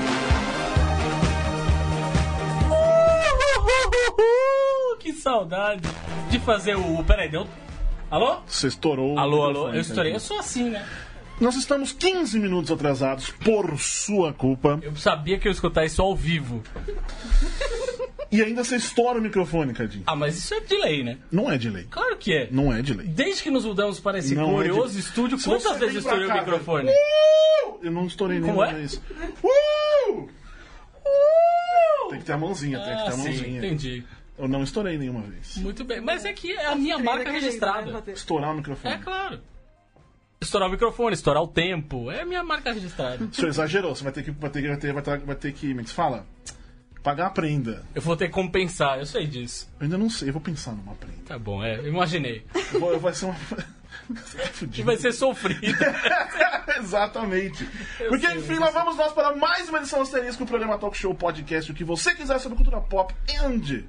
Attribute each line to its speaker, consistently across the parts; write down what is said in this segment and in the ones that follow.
Speaker 1: saudade de fazer o. Peraí, deu. um Alô?
Speaker 2: Você estourou.
Speaker 1: Alô,
Speaker 2: o
Speaker 1: alô?
Speaker 2: microfone,
Speaker 1: Eu estourei. Eu
Speaker 2: cara.
Speaker 1: sou assim, né?
Speaker 2: Nós estamos 15 minutos atrasados por sua culpa.
Speaker 1: Eu sabia que eu ia escutar isso ao vivo.
Speaker 2: E ainda você estoura o microfone, Cadinho.
Speaker 1: Ah, mas isso é delay, né?
Speaker 2: Não é delay.
Speaker 1: Claro que é.
Speaker 2: Não é delay.
Speaker 1: Desde que nos mudamos para esse
Speaker 2: Não é
Speaker 1: glorioso
Speaker 2: de-
Speaker 1: estúdio,
Speaker 2: Se
Speaker 1: quantas
Speaker 2: você
Speaker 1: vezes eu
Speaker 2: vem pra
Speaker 1: estourei o
Speaker 2: cá,
Speaker 1: microfone?
Speaker 2: Uh! Eu não estourei
Speaker 1: Como
Speaker 2: nenhuma
Speaker 1: é?
Speaker 2: vez. Uh! Uh! Tem que ter a mãozinha, tem que ter
Speaker 1: Ah,
Speaker 2: a
Speaker 1: sim,
Speaker 2: mãozinha.
Speaker 1: entendi.
Speaker 2: Eu não estourei nenhuma vez.
Speaker 1: Muito bem. Mas é que é a minha marca
Speaker 3: daquele jeito, né?
Speaker 1: registrada.
Speaker 3: Bater.
Speaker 2: Estourar o
Speaker 1: É
Speaker 2: microfone.
Speaker 1: claro. Estourar o microfone, estourar o tempo. É a minha marca registrada.
Speaker 2: O senhor exagerou, você vai ter que. Vai ter, que- vai ter, vai ter, vai ter que. Como é que se fala? Pagar a prenda.
Speaker 1: Eu vou ter que compensar, eu sei disso.
Speaker 2: Eu ainda não sei, eu vou pensar numa prenda.
Speaker 1: Tá bom, é, eu imaginei.
Speaker 2: Eu vou, eu vai ser uma.
Speaker 1: E
Speaker 2: Fudido.
Speaker 1: vai ser sofrido.
Speaker 2: Exatamente. Porque,
Speaker 1: sei,
Speaker 2: enfim, lá vamos nós para mais uma edição do asterisco, o programa Talk Show Podcast, o que você quiser sobre cultura pop and.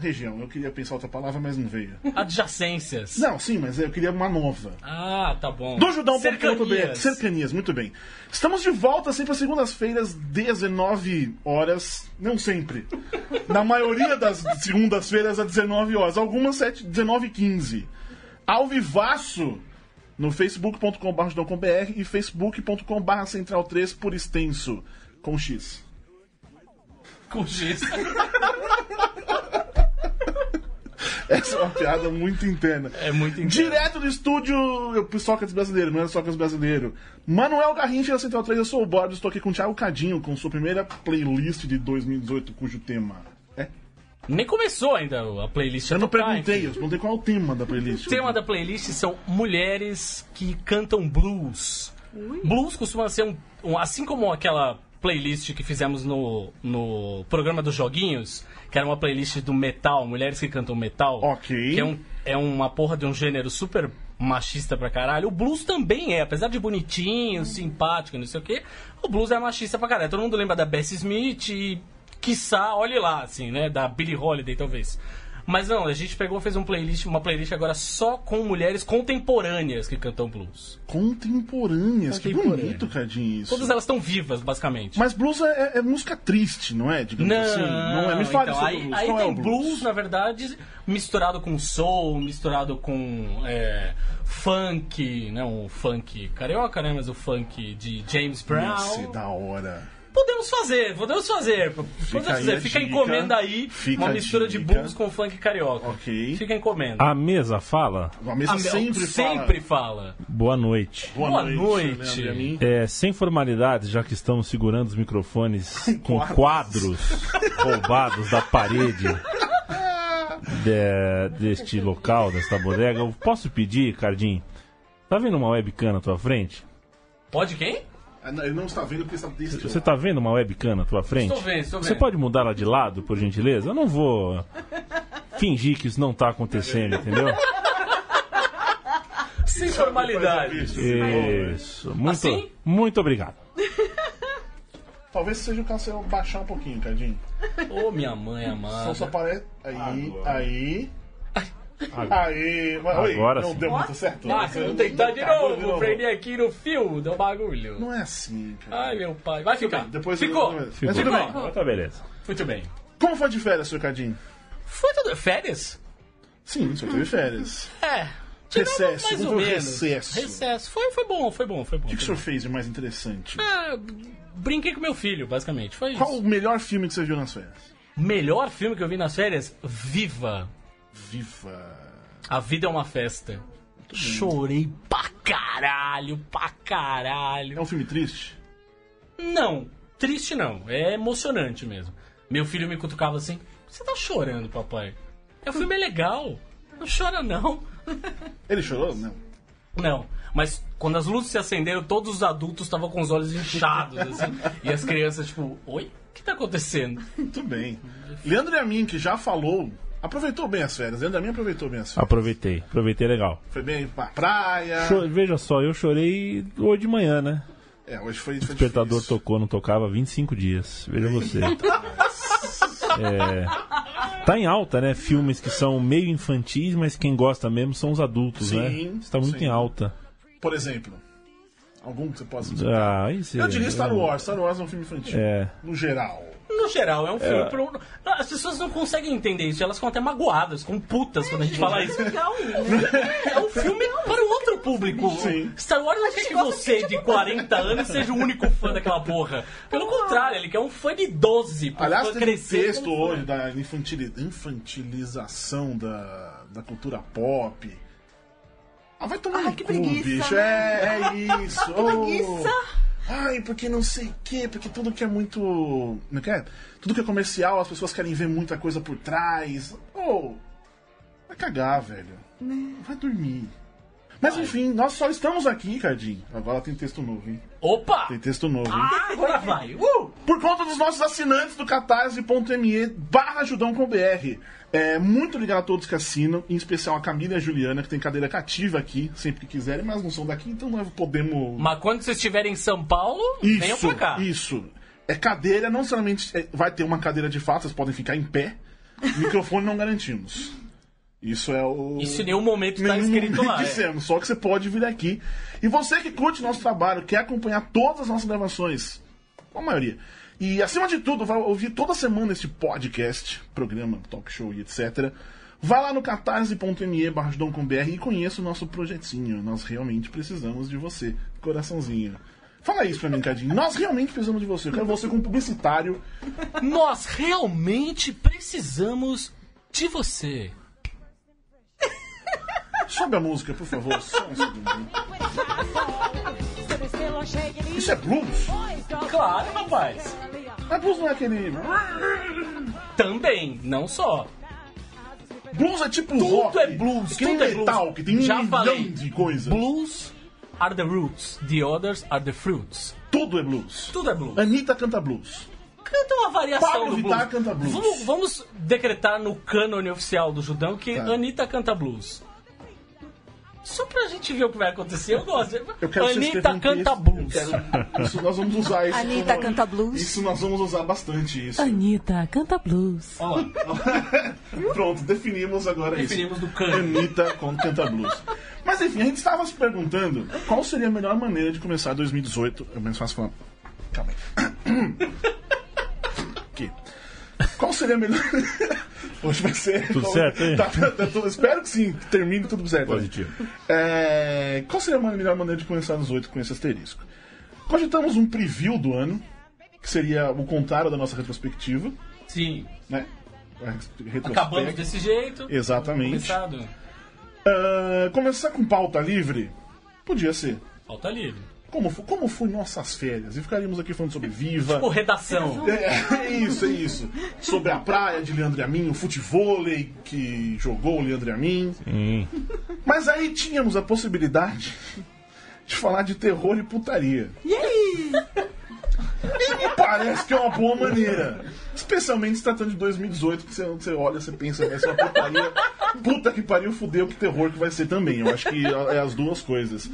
Speaker 2: Região. Eu queria pensar outra palavra, mas não veio.
Speaker 1: Adjacências.
Speaker 2: Não, sim, mas eu queria uma nova.
Speaker 1: Ah, tá bom.
Speaker 2: Do Judão.com.br.
Speaker 1: Cercanias.
Speaker 2: Cercanias, muito bem. Estamos de volta sempre às segundas-feiras, 19 horas. Não sempre. Na maioria das segundas-feiras, às 19 horas. Algumas 7, 19 e 15. Ao vivaço no facebook.com.br judão.com.br e facebook.com.br central3 por extenso. Com X.
Speaker 1: Com giz.
Speaker 2: Essa é uma piada muito interna.
Speaker 1: É muito intenso.
Speaker 2: Direto do estúdio eu, Sócrates Brasileiro, não é Sócrates Brasileiro. Manuel Garrincha da Central 3, eu sou o Borges, estou aqui com o Thiago Cadinho, com sua primeira playlist de 2018, cujo tema é.
Speaker 1: Nem começou ainda a playlist.
Speaker 2: Eu não
Speaker 1: Tá,
Speaker 2: perguntei,
Speaker 1: enfim.
Speaker 2: eu perguntei qual é o tema da playlist.
Speaker 1: O tema da playlist são mulheres que cantam blues. Blues costuma ser um, um- Assim como aquela playlist que fizemos no, no programa dos joguinhos, que era uma playlist do metal, mulheres que cantam metal.
Speaker 2: Ok.
Speaker 1: Que é, um- é uma porra de um gênero super machista pra caralho. O blues também é, apesar de bonitinho, simpático, não sei o quê, o blues é machista pra caralho. Todo mundo lembra da Bessie Smith e, quiçá, olhe lá, assim, né? Da Billie Holiday, talvez. Mas não, a gente pegou e fez um playlist, uma playlist agora só com mulheres contemporâneas que cantam blues.
Speaker 2: Contemporâneas, que
Speaker 1: Contemporânea.
Speaker 2: é bonito, Cadinho, isso.
Speaker 1: Todas elas estão vivas, basicamente.
Speaker 2: Mas blues é, é- é música triste, não é? Digamos assim. Não é. Me fale
Speaker 1: então,
Speaker 2: sobre
Speaker 1: aí,
Speaker 2: blues.
Speaker 1: aí
Speaker 2: qual
Speaker 1: tem
Speaker 2: é o
Speaker 1: blues? na verdade, misturado com soul, misturado com é, funk, não o funk carioca, né? Mas o funk de James Brown.
Speaker 2: Nossa, da hora.
Speaker 1: Podemos fazer, podemos fazer. Podemos
Speaker 2: Fica aí
Speaker 1: fazer.
Speaker 2: a
Speaker 1: Fica a
Speaker 2: dica,
Speaker 1: encomenda aí,
Speaker 2: fica
Speaker 1: uma
Speaker 2: a
Speaker 1: mistura de
Speaker 2: dica.
Speaker 1: blues com funk carioca.
Speaker 2: Ok.
Speaker 1: Fica a encomenda.
Speaker 4: A mesa fala.
Speaker 2: A mesa
Speaker 1: A-
Speaker 2: sempre,
Speaker 1: sempre fala.
Speaker 4: Boa noite.
Speaker 2: Fala.
Speaker 1: Boa noite.
Speaker 2: Leandro e a mim.
Speaker 4: É, sem formalidades, já que estamos segurando os microfones com quadros roubados da parede de- deste local, desta bodega, eu posso pedir, Cardim? Tá vendo uma webcam na tua frente?
Speaker 1: Pode quem?
Speaker 2: Ah, não, Ele não está vendo porque está deste
Speaker 4: Você tá vendo uma webcam na tua frente?
Speaker 1: Estou vendo, estou vendo.
Speaker 4: Você pode mudar ela de lado, por gentileza? Eu não vou fingir que isso não tá acontecendo, entendeu?
Speaker 1: Sem formalidades.
Speaker 2: um
Speaker 4: É. Isso. Muito,
Speaker 1: Assim?
Speaker 4: muito obrigado.
Speaker 2: Talvez seja o caso de eu baixar um pouquinho, Cadinho.
Speaker 1: Ô, minha mãe
Speaker 2: Então
Speaker 1: amada.
Speaker 2: só aparece. Aí,
Speaker 4: Agora.
Speaker 2: aí.
Speaker 4: Agora.
Speaker 2: Aí. Mas, oi,
Speaker 4: Agora
Speaker 2: não
Speaker 4: sim.
Speaker 2: deu muito certo. né?
Speaker 1: Ah, vamos tentar de
Speaker 2: Acabou
Speaker 1: novo. Prender aqui no fio do bagulho.
Speaker 2: Não é assim, cara.
Speaker 1: Ai, meu pai. Vai ficar.
Speaker 2: Depois
Speaker 1: Ficou.
Speaker 2: Eu... Mas
Speaker 4: Ficou.
Speaker 2: tudo bem.
Speaker 4: Agora tá beleza.
Speaker 1: Muito bem.
Speaker 2: Como foi de férias, seu Cadinho?
Speaker 1: Foi tudo. Férias?
Speaker 2: Sim, o senhor teve férias.
Speaker 1: É. Tirando mais
Speaker 2: Recesso. Como
Speaker 1: ou
Speaker 2: foi o
Speaker 1: menos.
Speaker 2: recesso?
Speaker 1: Recesso. Foi, foi bom, foi bom, foi bom.
Speaker 2: O que, que o senhor fez de mais interessante?
Speaker 1: Ah, brinquei com meu filho, basicamente. Foi isso.
Speaker 2: Qual o melhor filme que você viu nas férias?
Speaker 1: Melhor filme que eu vi nas férias? Viva!
Speaker 2: Viva!
Speaker 1: A Vida é uma Festa. Chorei pra caralho, pra caralho.
Speaker 2: É um filme triste?
Speaker 1: Não, triste não. É emocionante mesmo. Meu filho me cutucava assim: Você tá chorando, papai? É o filme é legal. Não chora, não.
Speaker 2: Ele chorou? Não.
Speaker 1: Não, mas quando as luzes se acenderam, todos os adultos estavam com os olhos inchados, assim. e as crianças, tipo, oi? O que tá acontecendo?
Speaker 2: Muito bem. Leandro e a mim, que já falou, aproveitou bem as férias. Leandro e a mim aproveitou bem as férias.
Speaker 4: Aproveitei, aproveitei legal.
Speaker 2: Foi bem pra praia.
Speaker 4: Cho- Veja só, eu chorei hoje de manhã, né?
Speaker 2: É, hoje foi,
Speaker 4: O
Speaker 2: foi
Speaker 4: despertador
Speaker 2: difícil.
Speaker 4: tocou, não tocava há 25 dias. Veja você. É, tá em alta, né? Filmes que são meio infantis, mas quem gosta mesmo são os adultos,
Speaker 2: Sim,
Speaker 4: né? Está muito
Speaker 2: sim.
Speaker 4: em alta.
Speaker 2: Por exemplo, algum que você possa
Speaker 4: Ah, isso
Speaker 2: Eu diria Star Wars. Star Wars é um é filme infantil.
Speaker 4: É.
Speaker 2: No geral.
Speaker 1: no geral, é um filme pra um- Não, As pessoas não conseguem entender isso, elas ficam até magoadas, com putas quando a gente fala É, isso.
Speaker 3: Legal, né?
Speaker 1: É um filme para um outro público.
Speaker 2: Sim.
Speaker 1: Star Wars não quer que você, de 40 anos, seja o único fã daquela porra. Pelo contrário, ele quer um fã de 12. pra
Speaker 2: Aliás,
Speaker 1: fã
Speaker 2: teve um
Speaker 1: crescer
Speaker 2: texto
Speaker 1: como fã.
Speaker 2: hoje da infantili- infantilização da, da cultura pop. Ah, vai tomar
Speaker 3: Ai,
Speaker 2: no
Speaker 3: que
Speaker 2: cu,
Speaker 3: preguiça,
Speaker 2: bicho. É,
Speaker 3: né?
Speaker 2: é isso. que
Speaker 3: preguiça.
Speaker 2: Ai, porque não sei o quê, porque tudo que é muito. Não quer? Tudo que é comercial, as pessoas querem ver muita coisa por trás. Ou. vai cagar, velho.
Speaker 3: Né?
Speaker 2: Vai dormir. Mas enfim, nós só estamos aqui, Cardinho. Agora tem texto novo, hein?
Speaker 1: Opa!
Speaker 2: Tem texto novo, hein?
Speaker 1: Ah, agora vai. Uh!
Speaker 2: Por conta dos nossos assinantes do catarse.me barra ajudão com BR. É, muito obrigado a todos que assinam, em especial a Camila e a Juliana, que tem cadeira cativa aqui, sempre que quiserem, mas não são daqui, então nós podemos.
Speaker 1: Mas quando vocês estiverem em São Paulo, venham pra cá.
Speaker 2: isso. É cadeira, não somente é, vai ter uma cadeira de fato, vocês podem ficar em pé. Microfone não garantimos. Isso é o.
Speaker 1: Isso em nenhum momento está
Speaker 2: Nenhum
Speaker 1: escrito lá. é.
Speaker 2: dissemos, só que você pode vir aqui. E você que curte nosso trabalho, quer acompanhar todas as nossas gravações, a maioria. E acima de tudo, vai ouvir toda semana esse podcast, programa, talk show e etc. Vai lá no catarse.me barra Ajudão com BR e conheça o nosso projetinho. Nós realmente precisamos de você. Coraçãozinho. Fala isso pra mim, Cadinho. Nós realmente precisamos de você. Eu quero você como publicitário. é.
Speaker 1: Nós realmente precisamos de você.
Speaker 2: Sobe a música, por favor. Só um segundo. Isso
Speaker 5: Isso
Speaker 2: é blues?
Speaker 1: Claro, rapaz.
Speaker 2: Mas blues não é aquele...
Speaker 1: Também, não só.
Speaker 2: Blues é tipo
Speaker 1: Tudo
Speaker 2: rock.
Speaker 1: é blues,
Speaker 2: que
Speaker 1: tudo
Speaker 2: tem
Speaker 1: é
Speaker 2: metal,
Speaker 1: blues.
Speaker 2: que tem
Speaker 1: Já
Speaker 2: um
Speaker 1: falei.
Speaker 2: milhão de coisas.
Speaker 1: Blues are the roots, the others are the fruits.
Speaker 2: Tudo é blues.
Speaker 1: Tudo é blues.
Speaker 2: Anitta canta blues.
Speaker 1: Canta uma variação
Speaker 2: Pablo
Speaker 1: do blues.
Speaker 2: Vittar canta blues.
Speaker 1: Vamos, vamos decretar no cânone oficial do Judão que
Speaker 2: Tá.
Speaker 1: Anitta canta blues. Só pra gente ver o que vai acontecer, eu gosto.
Speaker 2: Eu quero que você escreva
Speaker 1: Anitta
Speaker 2: um
Speaker 1: canta
Speaker 2: texto.
Speaker 1: blues.
Speaker 2: Eu quero- Isso nós vamos usar isso.
Speaker 3: Anitta
Speaker 2: como-
Speaker 3: canta blues.
Speaker 2: Isso nós vamos usar bastante isso.
Speaker 3: Anitta, canta blues.
Speaker 1: Ó lá,
Speaker 2: Pronto, definimos agora
Speaker 1: Definimos
Speaker 2: isso.
Speaker 1: do cânone.
Speaker 2: Anitta com- canta blues. Mas enfim, a gente estava se perguntando qual seria a melhor maneira de começar 2018. Eu menos faço falando. Calma aí. Aqui. Qual seria a melhor. Hoje vai ser.
Speaker 4: Tudo certo, hein?
Speaker 2: Tá, tá, tá, tudo- espero que sim, que termine tudo certo.
Speaker 4: Positivo.
Speaker 2: É, qual seria a melhor maneira de começar 2018 com esse asterisco? Cogitamos um preview do ano, que seria o contrário da nossa retrospectiva,
Speaker 1: Sim.
Speaker 2: né? A res- retrospectiva.
Speaker 1: Acabamos desse jeito.
Speaker 2: Exatamente.
Speaker 1: Começado.
Speaker 2: Ah, começar com pauta livre? Podia ser.
Speaker 1: Falta livre.
Speaker 2: Como, fo- como foi nossas férias? E ficaríamos aqui falando sobre Viva.
Speaker 1: Pô, redação.
Speaker 2: É, é isso, é isso. Sobre a praia de Leandro e a mim, o futevôlei que jogou o Leandro e a mim.
Speaker 4: Hum.
Speaker 2: Mas aí tínhamos a possibilidade de falar de terror e putaria. E me parece que é uma boa maneira. Especialmente se tratando de 2018, que você, você olha, você pensa, essa é uma putaria. Puta que pariu, fudeu, que terror que vai ser também. Eu acho que é as duas coisas.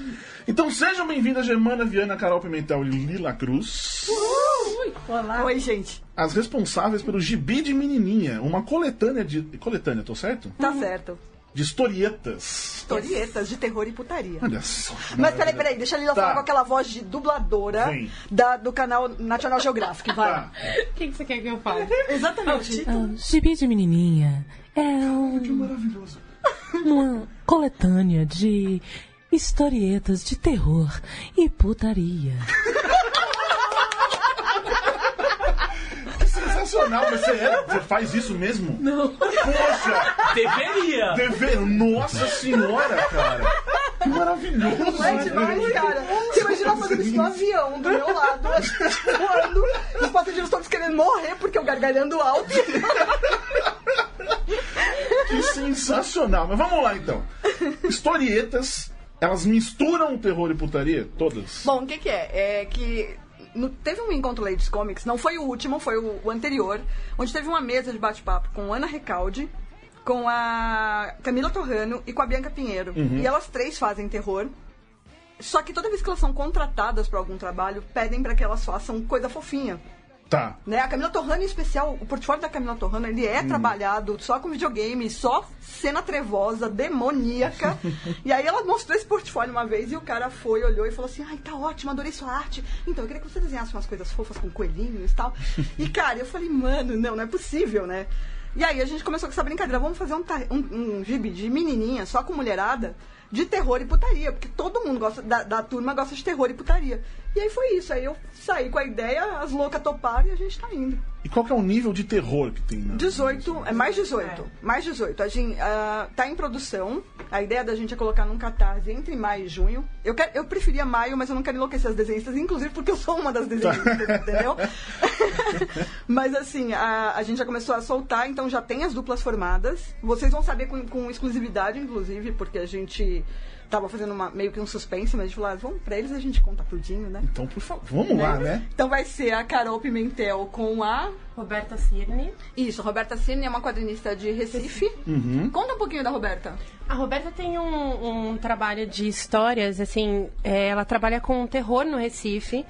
Speaker 2: Então sejam bem-vindas, Germana Viana, Carol Pimentel e Lila Cruz.
Speaker 6: Ah,
Speaker 3: Olá. Oi, gente.
Speaker 2: As responsáveis pelo Gibi de Menininha, uma coletânea de. Coletânea, tô certo?
Speaker 6: Tá certo.
Speaker 2: De historietas.
Speaker 6: Historietas de terror e putaria.
Speaker 2: Olha só.
Speaker 6: Mas peraí, peraí, deixa a Lila
Speaker 2: Tá.
Speaker 6: falar com aquela voz de dubladora
Speaker 2: Vem.
Speaker 6: da- do canal National Geographic, vai.
Speaker 2: Tá.
Speaker 7: O que, que você quer que eu fale?
Speaker 6: Exatamente.
Speaker 3: Ah, gibi de menininha é um-
Speaker 2: Maravilhoso.
Speaker 3: uma coletânea de historietas de terror e putaria.
Speaker 2: Sensacional, mas você, é, você faz isso mesmo? Não. Poxa,
Speaker 1: Deveria.
Speaker 2: dever. Nossa senhora, cara. Que maravilhoso. né?
Speaker 6: É demais, cara. Você imagina fazendo isso no avião, do meu lado, voando, os passageiros todos querendo morrer porque eu gargalhando alto.
Speaker 2: Que sensacional. Mas vamos lá então. Historietas, elas misturam terror e putaria? Todas?
Speaker 6: Bom, o que, que é? É que no- teve um encontro Ladies Comics, não foi o último, foi o, o anterior, onde teve uma mesa de bate-papo com Ana Recalde, com a Camila Torrano e com a Bianca Pinheiro. E elas três fazem terror. Só que toda vez que elas são contratadas para algum trabalho, pedem para que elas façam coisa fofinha.
Speaker 2: Tá.
Speaker 6: Né? A Camila Torrano, em especial, o portfólio da Camila Torrano, ele é trabalhado só com videogame, só cena trevosa, demoníaca. e aí ela mostrou esse portfólio uma vez e o cara foi, olhou e falou assim: ai, tá ótimo, adorei sua arte. Então, eu queria que você desenhasse umas coisas fofas com coelhinhos e tal. e, cara, eu falei, mano, não, não é possível, né? E aí a gente começou com essa brincadeira, vamos fazer um, ta- um, um gibi de menininha, só com mulherada, de terror e putaria, porque todo mundo gosta, da, da turma gosta de terror e putaria. E aí foi isso, aí eu saí com a ideia, as loucas toparam e a gente tá indo.
Speaker 2: E qual que é o nível de terror que tem, né?
Speaker 6: 18, é mais 18, mais 18. A gente ah, tá em produção, a ideia da gente é colocar num catarse entre maio e junho. Eu, quero, eu preferia maio, mas eu não quero enlouquecer as desenhistas, inclusive porque eu sou uma das desenhistas, entendeu? Mas assim, a, a gente já começou a soltar, então já tem as duplas formadas. Vocês vão saber com, com exclusividade, inclusive, porque a gente tava fazendo uma- meio que um suspense, mas a gente falou, ah, vamos pra eles e a gente conta tudinho, né?
Speaker 2: Então, por favor, vamos lá, né?
Speaker 6: Então vai ser a Carol Pimentel com a.
Speaker 5: Roberta Cirne.
Speaker 6: Isso, Roberta Cirne é uma quadrinista de Recife. Conta um pouquinho da Roberta.
Speaker 5: A Roberta tem um, um trabalho de histórias, assim, é, ela trabalha com terror no Recife.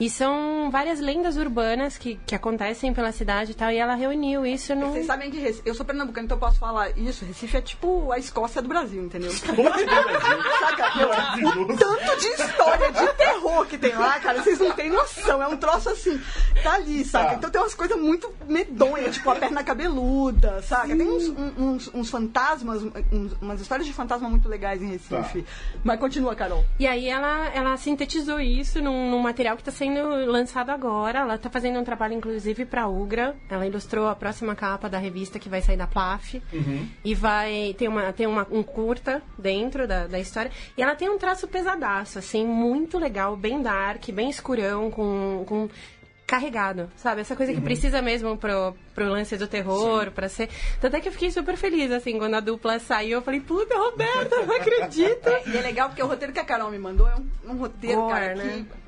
Speaker 5: E são várias lendas urbanas que, que acontecem pela cidade e tal, e ela reuniu isso num.
Speaker 6: Vocês sabem que Recife, eu sou pernambucana, então eu posso falar isso. Recife é tipo a Escócia do Brasil, entendeu?
Speaker 2: é?
Speaker 6: Saca? Eu-
Speaker 2: Maravilhoso.
Speaker 6: tanto de história de terror que tem lá, cara, vocês não têm noção. É um troço assim, tá ali, saca?
Speaker 2: Tá.
Speaker 6: Então tem umas coisas muito medonhas, tipo a perna cabeluda, saca? Tem uns, um- uns, uns fantasmas, uns- umas histórias de fantasma muito legais em Recife. Mas continua, Carol.
Speaker 5: E aí ela, ela sintetizou isso num, num material que está sendo lançado agora. Ela está fazendo um trabalho, inclusive, para Ugra. Ela ilustrou a próxima capa da revista que vai sair da Plaf. E vai ter uma, tem uma, um curta dentro da, da história. E ela tem um traço pesadaço, assim, muito legal, bem dark, bem escurão, com. com carregado, sabe? Essa coisa que precisa mesmo pro, pro lance do terror, pra ser... Tanto é que eu fiquei super feliz, assim, quando a dupla saiu, eu falei, puta, Roberta, não acredito!
Speaker 6: E é legal porque o roteiro que a Carol me mandou é um, um roteiro,
Speaker 5: Gore,
Speaker 6: cara,
Speaker 5: né?
Speaker 6: que...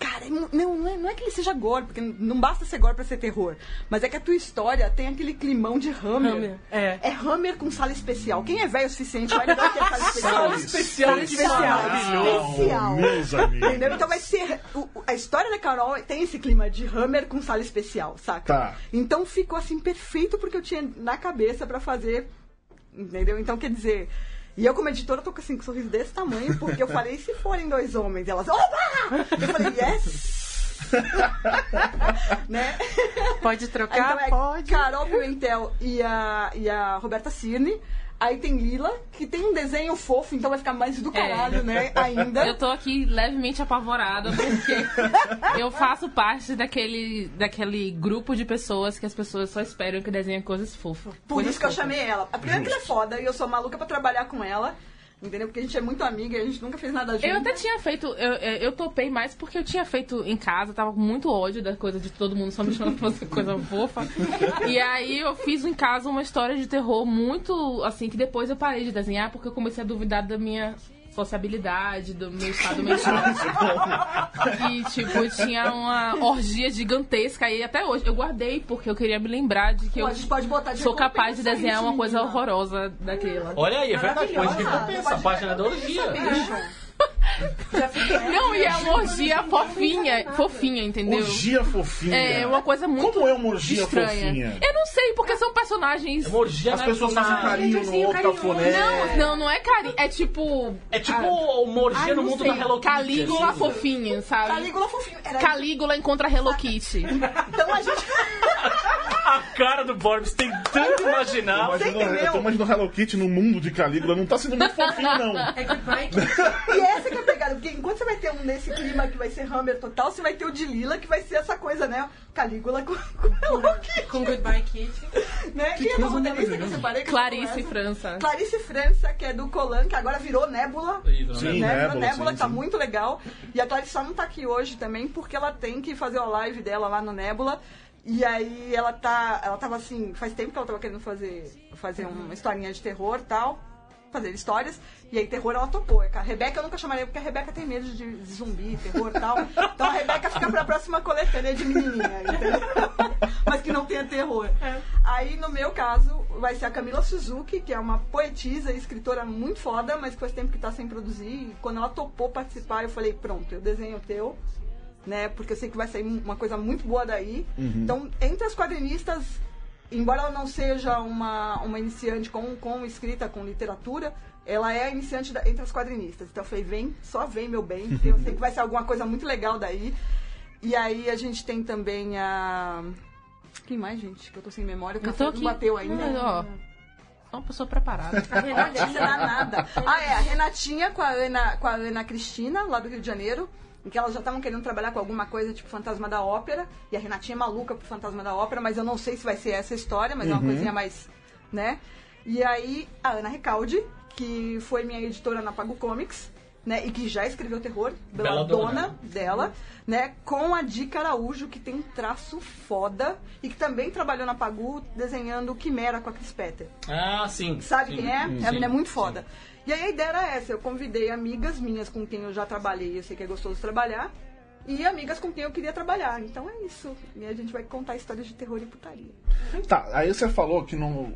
Speaker 6: Cara, é mu- não, não, é, não é que ele seja gore, porque não basta ser gore pra ser terror. Mas é que a tua história tem aquele climão de Hammer.
Speaker 5: Hammer, é.
Speaker 6: é Hammer com sala especial. Quem é velho o suficiente vai ligar que é sala especial.
Speaker 1: especial,
Speaker 2: Especial,
Speaker 6: Especial.
Speaker 2: Meus amigos.
Speaker 6: Entendeu? Então vai ser. o- o- a história da Carol tem esse clima de Hammer com sala especial, saca?
Speaker 2: Tá.
Speaker 6: Então ficou assim perfeito porque eu tinha na cabeça pra fazer. Entendeu? Então quer dizer. E eu, como editora, tô com assim, com um sorriso desse tamanho, porque eu falei, e se forem dois homens? E elas, opa! Eu falei, yes! né?
Speaker 5: Pode trocar?
Speaker 6: então é
Speaker 5: Pode.
Speaker 6: Carol Pimentel e a, e a Roberta Cirne. Aí tem Lila, que tem um desenho fofo, então vai ficar mais do caralho, né? Ainda.
Speaker 7: Eu tô aqui levemente apavorada porque eu faço parte daquele, daquele grupo de pessoas que as pessoas só esperam que desenhem coisas fofas.
Speaker 6: Por isso que eu chamei ela. A primeira que ela é foda e eu sou maluca pra trabalhar com ela. Entendeu? Porque a gente é muito amiga e a gente nunca fez nada junto.
Speaker 7: Eu até tinha feito, eu, eu eu topei mais porque eu tinha feito em casa, tava com muito ódio da coisa de todo mundo só me chamando pra fazer coisa fofa. E aí eu fiz em casa uma história de terror muito assim, que depois eu parei de desenhar porque eu comecei a duvidar da minha sociabilidade, do meu estado mental. E, tipo, tinha uma orgia gigantesca e até hoje eu guardei porque eu queria me lembrar de que
Speaker 6: Pô,
Speaker 7: eu
Speaker 6: a gente pode botar de
Speaker 7: sou capaz de
Speaker 6: recompensa
Speaker 7: desenhar
Speaker 6: isso,
Speaker 7: uma coisa
Speaker 6: menina.
Speaker 7: horrorosa daquela.
Speaker 1: Olha aí, é verdade, coisa que
Speaker 6: Maravilhosa.
Speaker 1: compensa. A página da orgia.
Speaker 6: É.
Speaker 7: Não, e é uma orgia fofinha, fofinha, entendeu?
Speaker 2: Orgia fofinha.
Speaker 7: É uma coisa muito
Speaker 2: Como é uma orgia
Speaker 7: estranha. É,
Speaker 2: fofinha?
Speaker 7: Eu não sei, porque são personagens.
Speaker 1: É uma orgia
Speaker 2: As
Speaker 1: na-
Speaker 2: pessoas
Speaker 1: na-
Speaker 2: fazem carinho no outro cafuné.
Speaker 7: Não, não, não é carinho. É tipo.
Speaker 1: É tipo uma orgia
Speaker 7: Ai,
Speaker 1: no
Speaker 7: não
Speaker 1: mundo
Speaker 7: sei,
Speaker 1: da Hello Kitty.
Speaker 7: Calígula
Speaker 1: assim.
Speaker 7: fofinha, sabe? Calígula,
Speaker 6: Calígula fofinho. Era
Speaker 7: encontra Hello Kitty.
Speaker 6: Então a gente.
Speaker 1: A cara do Borbs tem tanto imaginar.
Speaker 2: Eu, imagino,
Speaker 6: entendeu?
Speaker 2: eu tô imaginando Hello Kitty no mundo de Calígula. Não tá sendo muito fofinho, não.
Speaker 6: E essa que é a pegada. Porque enquanto você vai ter um nesse clima que vai ser Hammer total, você vai ter o de Lila, que vai ser essa coisa, né? Calígula com. com
Speaker 5: Com Goodbye Kitty.
Speaker 6: né? Quem é a roteirista que eu separei? é que eu
Speaker 7: Clarice
Speaker 6: conheço?
Speaker 7: França.
Speaker 6: Clarice França, que é do Colan, que agora virou Nébula.
Speaker 1: Sim.
Speaker 2: Sim,
Speaker 6: né?
Speaker 2: Nébula,
Speaker 6: Nébula, Nébula
Speaker 2: sim,
Speaker 6: tá
Speaker 2: sim.
Speaker 6: muito legal. E a Clarice só não tá aqui hoje também porque ela tem que fazer a live dela lá no Nébula. E aí ela tá, ela tava assim, faz tempo que ela tava querendo fazer fazer uma historinha de terror, tal, fazer histórias. E aí terror ela topou. É A Rebeca eu nunca chamaria porque a Rebeca tem medo de zumbi, terror, tal. Então a Rebeca fica pra próxima coletânea de menininha, entendeu? Mas que não tenha terror. Aí no meu caso vai ser a Camila Suzuki, que é uma poetisa e escritora muito foda, mas que faz tempo que tá sem produzir. E quando ela topou participar, eu falei, pronto, eu desenho o teu. né? Porque eu sei que vai sair uma coisa muito boa daí. Então, entre as quadrinistas, embora ela não seja uma, uma iniciante com, com escrita, com literatura, ela é a iniciante da- entre as quadrinistas. Então eu falei, vem, só vem, meu bem, porque eu sei que vai ser alguma coisa muito legal daí. E aí a gente tem também a. Quem mais, gente? Que eu tô sem memória, o
Speaker 7: Eu
Speaker 6: café
Speaker 7: tô
Speaker 6: não
Speaker 7: aqui.
Speaker 6: bateu né? ainda. É
Speaker 7: Não, ó, sou uma pessoa preparada.
Speaker 6: A Renatinha danada. Ah, é, a Renatinha com a Ana, com a Ana Cristina, lá do Rio de Janeiro. Em que elas já estavam querendo trabalhar com alguma coisa tipo Fantasma da Ópera. E a Renatinha é maluca pro Fantasma da Ópera, mas eu não sei se vai ser essa a história, mas é uma coisinha mais. né? E aí, a Ana Recalde, que foi minha editora na Pago Comics, né? E que já escreveu terror,
Speaker 1: Bela
Speaker 6: Bela
Speaker 1: Dona.
Speaker 6: Dona, dela, né? Com a Dica Araújo, que tem um traço foda e que também trabalhou na Pagu desenhando Quimera com a Cris Petter.
Speaker 1: Ah, sim.
Speaker 6: Sabe
Speaker 1: sim,
Speaker 6: quem é?
Speaker 1: sim,
Speaker 6: Ela é muito
Speaker 1: sim.
Speaker 6: foda. E aí a ideia era essa, eu convidei amigas minhas com quem eu já trabalhei, eu sei que é gostoso trabalhar, e amigas com quem eu queria trabalhar. Então é isso. E a gente vai contar histórias de terror e putaria.
Speaker 2: Tá, aí você falou que não.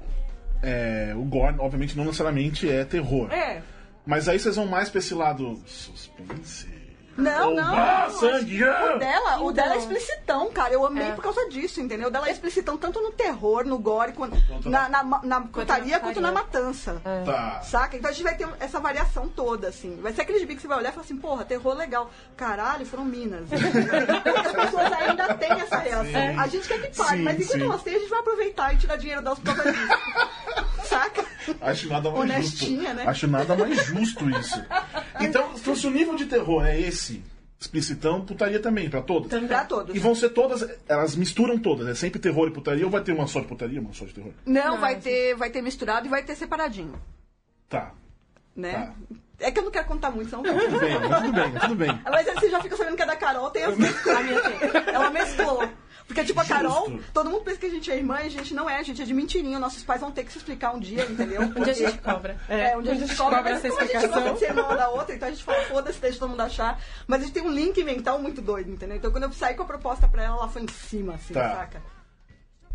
Speaker 2: é, o gore, obviamente, não necessariamente é terror.
Speaker 6: É.
Speaker 2: Mas aí vocês vão mais pra esse lado suspense.
Speaker 6: Não,
Speaker 2: Ou,
Speaker 6: não.
Speaker 2: Ah,
Speaker 6: não.
Speaker 1: é
Speaker 2: sangue!
Speaker 6: O
Speaker 2: ah!
Speaker 6: dela, o dela é explicitão, cara. Eu amei
Speaker 7: É.
Speaker 6: por causa disso, entendeu? O dela é explicitão tanto no terror, no gore, quanto na, na, ma- na putaria, quanto na matança.
Speaker 2: Tá.
Speaker 6: Saca? Então a gente vai ter essa variação toda, assim. Vai ser aquele gibi que você vai olhar e falar assim, porra, terror legal. Caralho, foram Minas. As pessoas ainda têm essa relação. A gente quer que pare,
Speaker 2: Sim,
Speaker 6: mas enquanto
Speaker 2: sim.
Speaker 6: elas têm, a gente vai aproveitar e tirar dinheiro das protagonistas. Saca?
Speaker 2: Acho nada mais
Speaker 6: Honestinha,
Speaker 2: justo.
Speaker 6: né?
Speaker 2: Acho nada mais justo isso. Então, então, se o nível de terror é esse, explicitão, putaria também, pra todos.
Speaker 6: Então, Pra todos.
Speaker 2: E vão ser todas, elas misturam todas, é sempre terror e putaria, ou vai ter uma só de putaria, uma só de terror?
Speaker 6: Não, vai ter, vai ter misturado e vai ter separadinho,
Speaker 2: Tá.
Speaker 6: né? É que eu não quero contar muito, senão eu
Speaker 2: Tudo bem, mas tudo bem, tudo bem.
Speaker 6: Mas aí você já fica sabendo que a da Carol tem as duas coisas, minha filha. Ela mesclou. Porque, tipo, a Carol,
Speaker 2: Justo.
Speaker 6: todo mundo pensa que a gente é irmã e a gente não é, a gente é de mentirinho. Nossos pais vão ter que se explicar um dia, entendeu? Um
Speaker 7: dia a gente cobra.
Speaker 6: É, um dia a gente cobra. Mas
Speaker 7: essa
Speaker 6: como a gente gosta de ser irmã uma da outra, então a gente fala, foda-se, deixa todo mundo achar. Mas a gente tem um link mental muito doido, entendeu? Então quando eu saí com a proposta pra ela, ela foi em cima, assim,
Speaker 2: Tá.
Speaker 6: saca?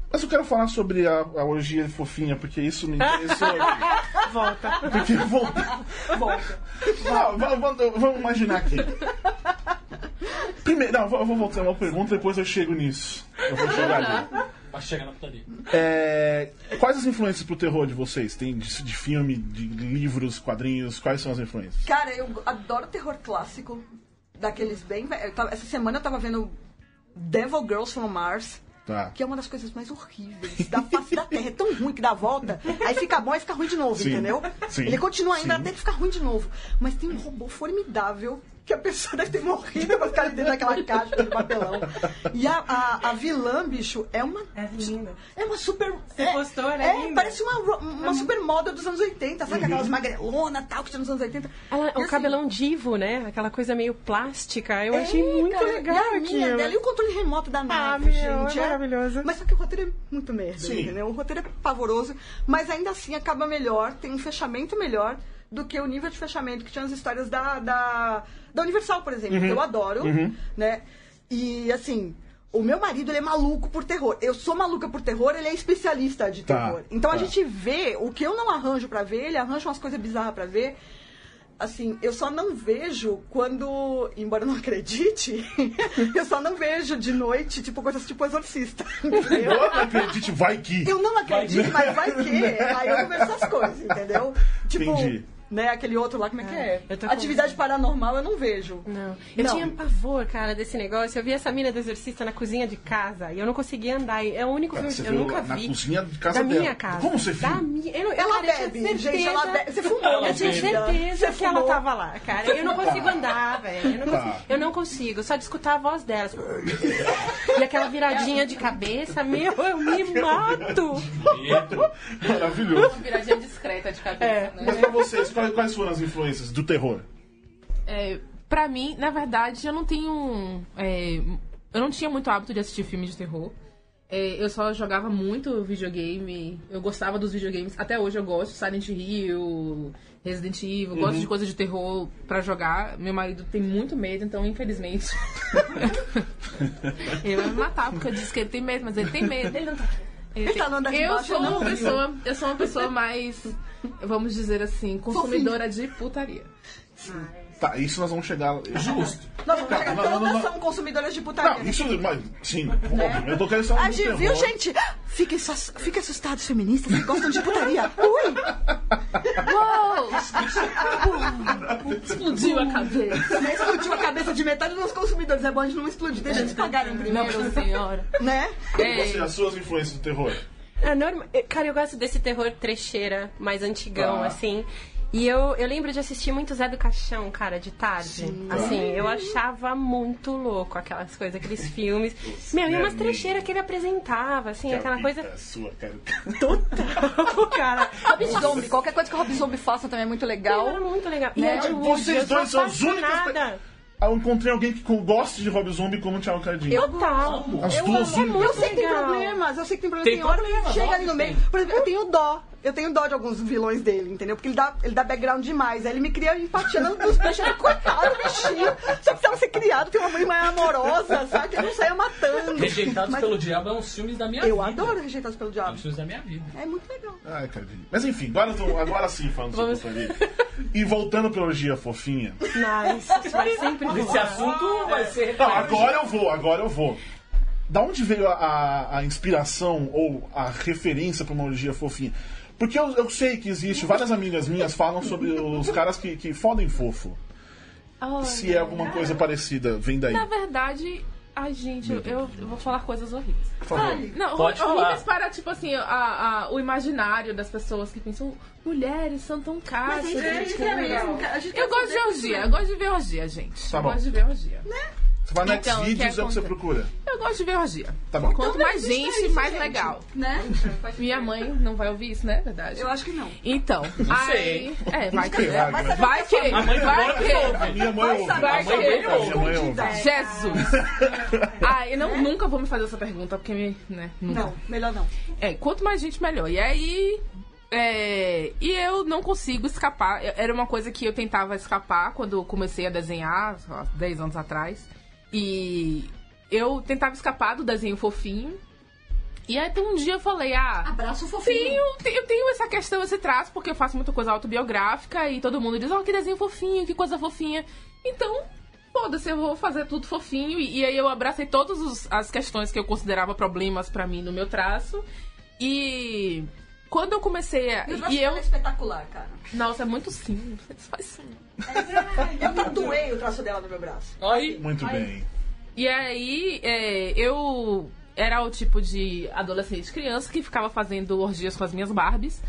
Speaker 2: Mas eu quero falar sobre a, a orgia fofinha, porque isso me interessou. Volta. Porque volta.
Speaker 6: Volta.
Speaker 2: Não, va- va- vamos imaginar aqui. Primeiro, não, eu vou- eu vou voltar uma pergunta, depois eu chego nisso. Eu vou chegar ali.
Speaker 1: Pra chegar na putaria.
Speaker 2: É, quais as influências pro terror de vocês? Tem de, de filme, de livros, quadrinhos? Quais são as influências?
Speaker 6: Cara, eu adoro terror clássico. Daqueles bem. ve- eu tava- Essa semana eu tava vendo Devil Girls from Mars.
Speaker 2: Tá.
Speaker 6: Que é uma das coisas mais horríveis da face da Terra. É tão ruim que dá a volta, aí fica bom e fica ruim de novo,
Speaker 2: Sim,
Speaker 6: entendeu?
Speaker 2: sim,
Speaker 6: Ele continua ainda
Speaker 2: sim.
Speaker 6: até que fica ruim de novo. Mas tem um robô formidável que a pessoa deve ter morrido pra ficar dentro daquela caixa de papelão. E a, a, a vilã, bicho, é uma.
Speaker 8: É linda.
Speaker 6: É uma super.
Speaker 8: Você
Speaker 6: é,
Speaker 8: postou, ela é
Speaker 6: É,
Speaker 8: linda. Uhum.
Speaker 6: parece uma, ro- uma super moda dos anos 80,
Speaker 2: Uhum.
Speaker 6: sabe? Aquelas magrelona tal, que tinha nos anos 80.
Speaker 5: Ela,
Speaker 6: E
Speaker 5: o
Speaker 6: assim,
Speaker 5: cabelão divo, né? Aquela coisa meio plástica. Eu achei
Speaker 6: é,
Speaker 5: muito
Speaker 6: cara,
Speaker 5: legal
Speaker 6: e a
Speaker 5: aquilo. Ah,
Speaker 6: mina dela e o controle remoto da nave,
Speaker 5: meu,
Speaker 6: gente.
Speaker 5: é maravilhoso.
Speaker 6: Mas só que o roteiro é muito merda,
Speaker 2: Sim.
Speaker 6: entendeu? O roteiro é pavoroso, mas ainda assim acaba melhor, tem um fechamento melhor do que o nível de fechamento que tinha as histórias da, da, da Universal, por
Speaker 2: Uhum.
Speaker 6: exemplo, que eu adoro, né? E, assim... O meu marido, ele é maluco por terror. Eu sou maluca por terror, ele é especialista de
Speaker 2: Tá,
Speaker 6: terror. Então a
Speaker 2: tá.
Speaker 6: gente vê, o que eu não arranjo pra ver, ele arranja umas coisas bizarras pra ver assim, eu só não vejo quando, embora eu não acredite, eu só não vejo de noite, tipo, coisas tipo exorcista.
Speaker 2: Eu não acredito, vai que.
Speaker 6: Eu não acredito, mas vai que. Aí eu não vejo essas coisas, entendeu? Tipo,
Speaker 2: Entendi.
Speaker 6: né, aquele outro lá, como é que é?
Speaker 5: eu tô com-
Speaker 6: Atividade paranormal eu não vejo.
Speaker 5: Não. Eu
Speaker 6: Não.
Speaker 5: tinha pavor, cara, desse negócio. Eu vi essa mina do exorcista na cozinha de casa e eu não conseguia andar. E É o único
Speaker 2: Cara,
Speaker 5: filme
Speaker 2: você
Speaker 5: que eu
Speaker 2: viu
Speaker 5: nunca
Speaker 2: na
Speaker 5: vi.
Speaker 2: cozinha de casa
Speaker 5: da
Speaker 2: dela.
Speaker 5: minha casa.
Speaker 2: Como você
Speaker 5: Da
Speaker 2: viu?
Speaker 5: minha... eu não- eu,
Speaker 6: Ela
Speaker 5: cara, eu tinha
Speaker 6: bebe, gente,
Speaker 5: certeza-
Speaker 6: ela bebe. Você fumou,
Speaker 1: Ela
Speaker 6: né,
Speaker 5: Eu tinha
Speaker 1: bebe.
Speaker 5: certeza que ela
Speaker 6: fumou.
Speaker 5: tava lá, cara. Eu não consigo andar, velho. Eu, não
Speaker 2: Tá.
Speaker 5: consigo- eu não consigo. Só de escutar a voz dela. E aquela viradinha de cabeça, meu, eu me mato.
Speaker 2: Maravilhoso.
Speaker 7: Viradinha discreta de cabeça, né?
Speaker 2: Mas pra vocês, quais, quais foram as influências do terror?
Speaker 7: É, pra mim, na verdade, eu não tenho. é, eu não tinha muito hábito de assistir filme de terror. É, eu só jogava muito videogame. Eu gostava dos videogames. Até hoje eu gosto. Silent Hill, Resident Evil. Gosto de coisa de terror pra jogar. Meu marido tem muito medo, então infelizmente. ele vai me matar, porque eu disse que ele tem medo, mas ele tem medo. Ele não tá.
Speaker 6: Ele tá no andar de
Speaker 7: eu
Speaker 6: baixo,
Speaker 7: sou
Speaker 6: eu não
Speaker 7: uma
Speaker 6: tenho.
Speaker 7: pessoa, eu sou uma pessoa mais, vamos dizer assim, consumidora de putaria.
Speaker 2: Tá, isso nós vamos chegar.
Speaker 1: Justo.
Speaker 6: Nós vamos
Speaker 2: Cara,
Speaker 6: pegar,
Speaker 2: não,
Speaker 6: todas
Speaker 2: não, não.
Speaker 6: são consumidoras de putaria.
Speaker 2: Não, isso. Mas, sim, óbvio. Eu tô querendo só.
Speaker 6: A gente viu, gente? Fiquem, só, fiquem assustados, feministas que gostam de putaria. Ui!
Speaker 7: Uou! Explodiu a cabeça.
Speaker 6: Também explodiu a cabeça de metade dos consumidores. É bom a gente não explodir, deixa eles pagarem primeiro.
Speaker 7: Meu senhora.
Speaker 6: Né?
Speaker 2: Você, as suas influências do terror.
Speaker 5: É norma- eu- Cara, eu gosto desse terror trecheira, mais antigão,
Speaker 2: Tá.
Speaker 5: assim. E eu, eu lembro de assistir muito Zé do Caixão, cara, de tarde. Assim, eu achava muito louco aquelas coisas, aqueles filmes. Meu, e umas
Speaker 2: Gremlins.
Speaker 5: trecheiras que ele apresentava, assim, aquela
Speaker 2: Capita,
Speaker 5: coisa.
Speaker 2: é Sua, cara.
Speaker 5: cara,
Speaker 6: Rob Zombie, qualquer coisa que o Rob Zombie faça também é muito
Speaker 5: era
Speaker 6: legal.
Speaker 5: muito legal. E
Speaker 6: Né?
Speaker 5: Ed Wood,
Speaker 2: Tipo, Vocês
Speaker 5: eu sou
Speaker 2: dois são os únicos Ah,
Speaker 5: apaixonada.
Speaker 2: Eu encontrei alguém que gosta de Rob Zombie como o Thiago Cardinho.
Speaker 5: Total.
Speaker 2: As
Speaker 6: Eu,
Speaker 2: duas.
Speaker 6: amo.
Speaker 5: muito
Speaker 6: eu sei que tem
Speaker 5: legal.
Speaker 6: problemas, eu sei que tem problemas.
Speaker 1: Tem
Speaker 6: Tem, hora que
Speaker 1: problemas,
Speaker 6: ele chega ali no
Speaker 1: óbvio que
Speaker 6: meio. Por exemplo, eu tenho dó. Eu tenho dó de alguns vilões dele, entendeu? Porque ele dá, ele dá background demais. Aí ele me cria empatia nos dos peixes. Coitado, bichinho. Só precisava ser criado, tem uma mãe mais amorosa, sabe? Que não saia matando.
Speaker 1: Rejeitados
Speaker 6: Mas
Speaker 1: pelo Diabo é um dos filmes da minha
Speaker 6: Eu
Speaker 1: vida.
Speaker 6: adoro Rejeitados pelo
Speaker 1: É um
Speaker 6: Diabo.
Speaker 1: dos filmes da minha vida.
Speaker 6: É muito legal.
Speaker 2: Ai, Cardinho. Mas enfim, agora, eu tô- agora sim, falando sobre putaria. E voltando pra orgia fofinha.
Speaker 5: Nossa, isso vai sempre
Speaker 1: Esse assunto vai ser
Speaker 2: Não, agora eu vou, agora eu vou. Da onde veio a, a- a inspiração ou a referência pra uma orgia fofinha? Porque eu, eu sei que existe, várias amigas minhas falam sobre os caras que, que fodem fofo. Se é alguma coisa parecida, vem daí.
Speaker 7: Na verdade, a gente, eu, eu vou falar coisas horríveis.
Speaker 2: Por favor.
Speaker 7: Não,
Speaker 1: Pode
Speaker 7: horríveis
Speaker 1: falar.
Speaker 7: para, tipo assim, a- a- o imaginário das pessoas que pensam, mulheres são tão caras.
Speaker 6: Mas é isso que é mesmo, cara. A gente
Speaker 7: Eu
Speaker 6: quer
Speaker 7: gosto de
Speaker 6: saber
Speaker 7: orgia, eu gosto de ver orgia, gente.
Speaker 2: Tá
Speaker 7: eu
Speaker 2: bom.
Speaker 7: gosto de ver orgia.
Speaker 2: Você vai no
Speaker 7: Então,
Speaker 2: então,
Speaker 7: o que
Speaker 2: Xvideos, é o que você
Speaker 7: acontece?
Speaker 2: procura.
Speaker 7: Eu gosto de ver orgia.
Speaker 2: Tá bom.
Speaker 7: Quanto mais
Speaker 6: existe
Speaker 7: gente,
Speaker 6: Então isso,
Speaker 7: mais
Speaker 6: gente.
Speaker 7: legal.
Speaker 6: Né?
Speaker 7: Minha mãe não vai ouvir isso, né? Verdade.
Speaker 6: Eu acho que não.
Speaker 7: Então,
Speaker 1: sei.
Speaker 7: aí. É, vai que.
Speaker 2: Sei lá,
Speaker 7: né?
Speaker 2: cara.
Speaker 7: Vai que.
Speaker 1: A mãe
Speaker 7: Vai
Speaker 1: agora
Speaker 7: que.
Speaker 2: A minha mãe
Speaker 6: Vai
Speaker 2: ouve.
Speaker 6: saber
Speaker 2: A
Speaker 7: vai
Speaker 1: mãe
Speaker 7: que-
Speaker 1: dele ouve.
Speaker 2: minha mãe ouve.
Speaker 7: Jesus! Ah, eu não, nunca vou me fazer essa pergunta, porque me. Né, nunca.
Speaker 6: Não, melhor não.
Speaker 7: É, quanto mais gente, melhor. E aí. é, e eu não consigo escapar. Eu- Era uma coisa que eu tentava escapar quando eu comecei a desenhar, sei lá, 10 anos atrás. E eu tentava escapar do desenho fofinho. E aí até um dia eu falei, ah.
Speaker 6: Abraço
Speaker 7: Tenho, te- eu tenho essa questão, esse traço, porque eu faço muita coisa autobiográfica e todo mundo diz, ó, que desenho fofinho, que coisa fofinha. Então, foda-se, eu vou fazer tudo fofinho. E, e aí eu abracei todas os- as questões que eu considerava problemas pra mim no meu traço. E quando eu comecei a. E eu.
Speaker 6: espetacular, cara.
Speaker 7: Nossa, é muito simples. Faz sim.
Speaker 6: Eu tatuei o traço dela no meu braço.
Speaker 1: Aí,
Speaker 2: Muito bem.
Speaker 7: E aí, é, eu era o tipo de adolescente criança que ficava fazendo orgias com as minhas Barbies.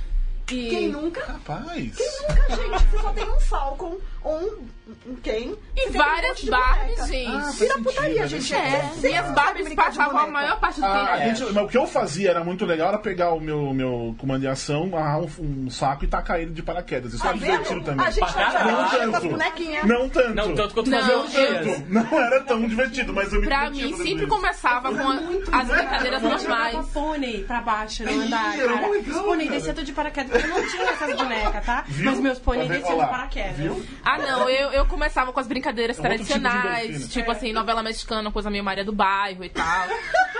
Speaker 7: E...
Speaker 6: Quem nunca?
Speaker 2: Rapaz.
Speaker 6: Nunca, gente. Você só tem um Falcon ou um, um Ken. Você
Speaker 7: E
Speaker 6: tem um
Speaker 7: várias
Speaker 6: monte de
Speaker 7: Barbies,
Speaker 6: boneca.
Speaker 2: Ah,
Speaker 7: gente.
Speaker 2: faz
Speaker 6: Vira
Speaker 2: sentido,
Speaker 6: putaria,
Speaker 2: é
Speaker 6: gente.
Speaker 2: verdade.
Speaker 6: Você
Speaker 7: E as
Speaker 6: não
Speaker 7: Barbies
Speaker 6: sabe brincar de
Speaker 7: passavam a
Speaker 6: boneca.
Speaker 7: maior parte do
Speaker 2: Ah, a
Speaker 7: tempo.
Speaker 2: gente- mas o que eu fazia era muito legal, era pegar o meu, meu comando de ação, amarrar um, um saco e tacar ele de paraquedas. Isso
Speaker 6: Tá
Speaker 2: era divertido
Speaker 6: vendo?
Speaker 2: também.
Speaker 6: A gente
Speaker 1: Pra caralho.
Speaker 6: não
Speaker 2: Não
Speaker 6: tinha
Speaker 2: tanto.
Speaker 6: bonequinha.
Speaker 2: Não tanto.
Speaker 1: não tanto quanto
Speaker 7: Não,
Speaker 1: fazer
Speaker 7: eu-
Speaker 1: os dias.
Speaker 2: tanto. Não era tão divertido, mas eu me
Speaker 7: Pra
Speaker 2: divertia
Speaker 7: mim,
Speaker 2: fazendo
Speaker 7: sempre
Speaker 2: isso.
Speaker 7: começava com a- as brincadeiras
Speaker 5: Jogava
Speaker 7: normais.
Speaker 5: pônei pra baixo no andar,
Speaker 2: Ih, era
Speaker 5: cara.
Speaker 2: legal,
Speaker 5: Os pônei
Speaker 2: cara.
Speaker 5: descia tudo de paraquedas, porque eu não tinha essas bonecas, tá?
Speaker 2: Viu?
Speaker 5: Mas meus pônei
Speaker 2: Tá vendo?
Speaker 5: desciam
Speaker 2: Olha
Speaker 5: de
Speaker 2: lá.
Speaker 5: paraquedas.
Speaker 2: Viu?
Speaker 7: Ah, não, eu, eu começava com as brincadeiras
Speaker 2: É um outro tipo de
Speaker 7: tradicionais,
Speaker 2: endorfina.
Speaker 7: tipo, assim, novela mexicana, coisa meio Maria do Bairro e tal.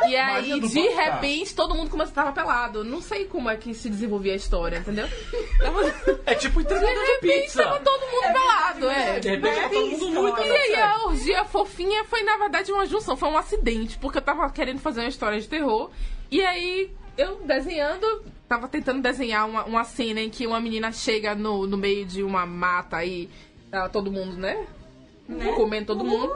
Speaker 7: E aí,
Speaker 2: Maria do
Speaker 7: de
Speaker 2: Bairro. tá.
Speaker 7: repente, todo mundo começava pelado. Não sei como é que se desenvolvia a história, entendeu?
Speaker 1: É tipo
Speaker 7: De
Speaker 1: entregador de
Speaker 7: repente,
Speaker 1: pizza.
Speaker 7: tava todo mundo pelado, é.
Speaker 1: De repente, tá todo mundo muito
Speaker 7: E aí a orgia fofinha foi, na verdade, uma junção, foi um acidente, porque eu tava querendo fazer uma história de terror. E aí eu desenhando, tava tentando desenhar uma, uma cena em que uma menina chega no, no meio de uma mata e tá todo mundo, né? Comendo todo mundo.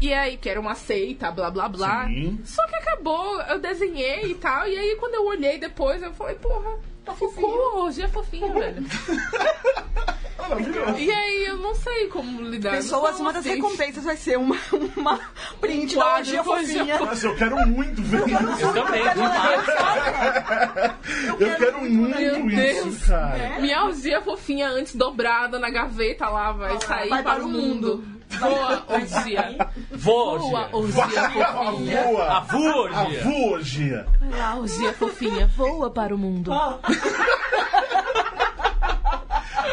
Speaker 7: E aí, que era uma seita, blá blá blá.
Speaker 2: Sim.
Speaker 7: Só que acabou, eu desenhei e tal. E aí, quando eu olhei depois, eu falei, porra, tá ficou uma orgia fofinha, velho. E aí, eu não sei como lidar. eu não
Speaker 6: Pessoas,
Speaker 7: sou
Speaker 6: uma das
Speaker 7: assim.
Speaker 6: recompensas vai ser uma, uma print
Speaker 7: Um
Speaker 6: da
Speaker 7: quadro,
Speaker 6: orgia
Speaker 7: uma orgia
Speaker 6: fofinha.
Speaker 2: Nossa, eu quero muito ver isso.
Speaker 1: Eu também, demais.
Speaker 2: Eu quero muito
Speaker 7: Meu
Speaker 2: isso,
Speaker 7: Deus.
Speaker 2: cara.
Speaker 7: Minha orgia fofinha antes dobrada na gaveta lá vai sair
Speaker 6: vai
Speaker 7: para
Speaker 6: para
Speaker 7: o
Speaker 6: o
Speaker 7: mundo. Boa orgia.
Speaker 1: Vou,
Speaker 7: Boa
Speaker 1: orgia.
Speaker 7: orgia
Speaker 2: A
Speaker 7: fofinha.
Speaker 1: A
Speaker 2: voa.
Speaker 1: vu,
Speaker 2: A
Speaker 1: orgia.
Speaker 2: voa, orgia.
Speaker 7: Vai lá, orgia fofinha. Voa para o mundo.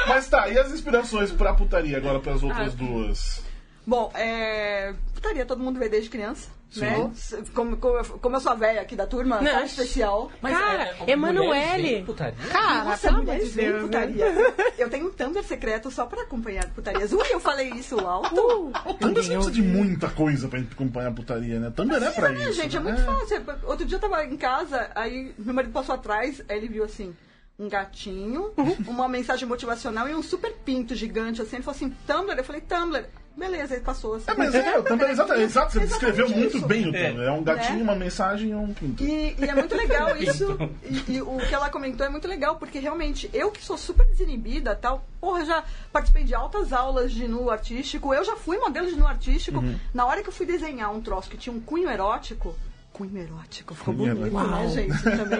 Speaker 2: Mas tá, e as inspirações pra putaria agora, pras outras duas?
Speaker 6: Bom, é. Putaria, todo mundo vê desde criança. Né? Como, como, como eu sou a véia aqui da turma,
Speaker 5: Não,
Speaker 6: sabe, especial. é, Ah,
Speaker 5: Cara, É,
Speaker 1: é
Speaker 5: Emanuele. Cara,
Speaker 6: Nossa,
Speaker 5: pelo amor
Speaker 6: mulheres
Speaker 5: de
Speaker 6: veem
Speaker 5: Deus, né?
Speaker 6: putaria. Eu tenho um Tumblr secreto só pra acompanhar putarias. Ui, eu falei isso alto.
Speaker 7: Uh.
Speaker 2: O Thunder você precisa de muita coisa pra acompanhar a putaria, né? Thunder é pra
Speaker 6: Não,
Speaker 2: isso.
Speaker 6: gente, é
Speaker 2: né?
Speaker 6: muito fácil. Outro dia eu tava em casa, aí meu marido passou atrás, aí ele viu assim, um gatinho,
Speaker 2: Uhum.
Speaker 6: uma mensagem motivacional e um super pinto gigante, assim. Ele falou assim, Tumblr? Eu falei, Tumblr. Beleza, ele passou assim.
Speaker 2: É, mas é, o Thunder é exato, é exato, você descreveu
Speaker 6: Exatamente
Speaker 2: muito
Speaker 6: isso.
Speaker 2: bem o Thunder. É um gatinho,
Speaker 6: Né?
Speaker 2: uma mensagem e um pinto.
Speaker 6: E, e é muito legal isso. E, e o que ela comentou é muito legal, porque realmente eu que sou super desinibida tal, porra, eu já participei de altas aulas de nu artístico, eu já fui modelo de nu artístico.
Speaker 2: Uhum.
Speaker 6: Na hora que eu fui desenhar um troço que tinha um cunho erótico, cunho erótico, ficou
Speaker 2: Cunho
Speaker 6: bonito,
Speaker 2: erótico.
Speaker 6: né, gente?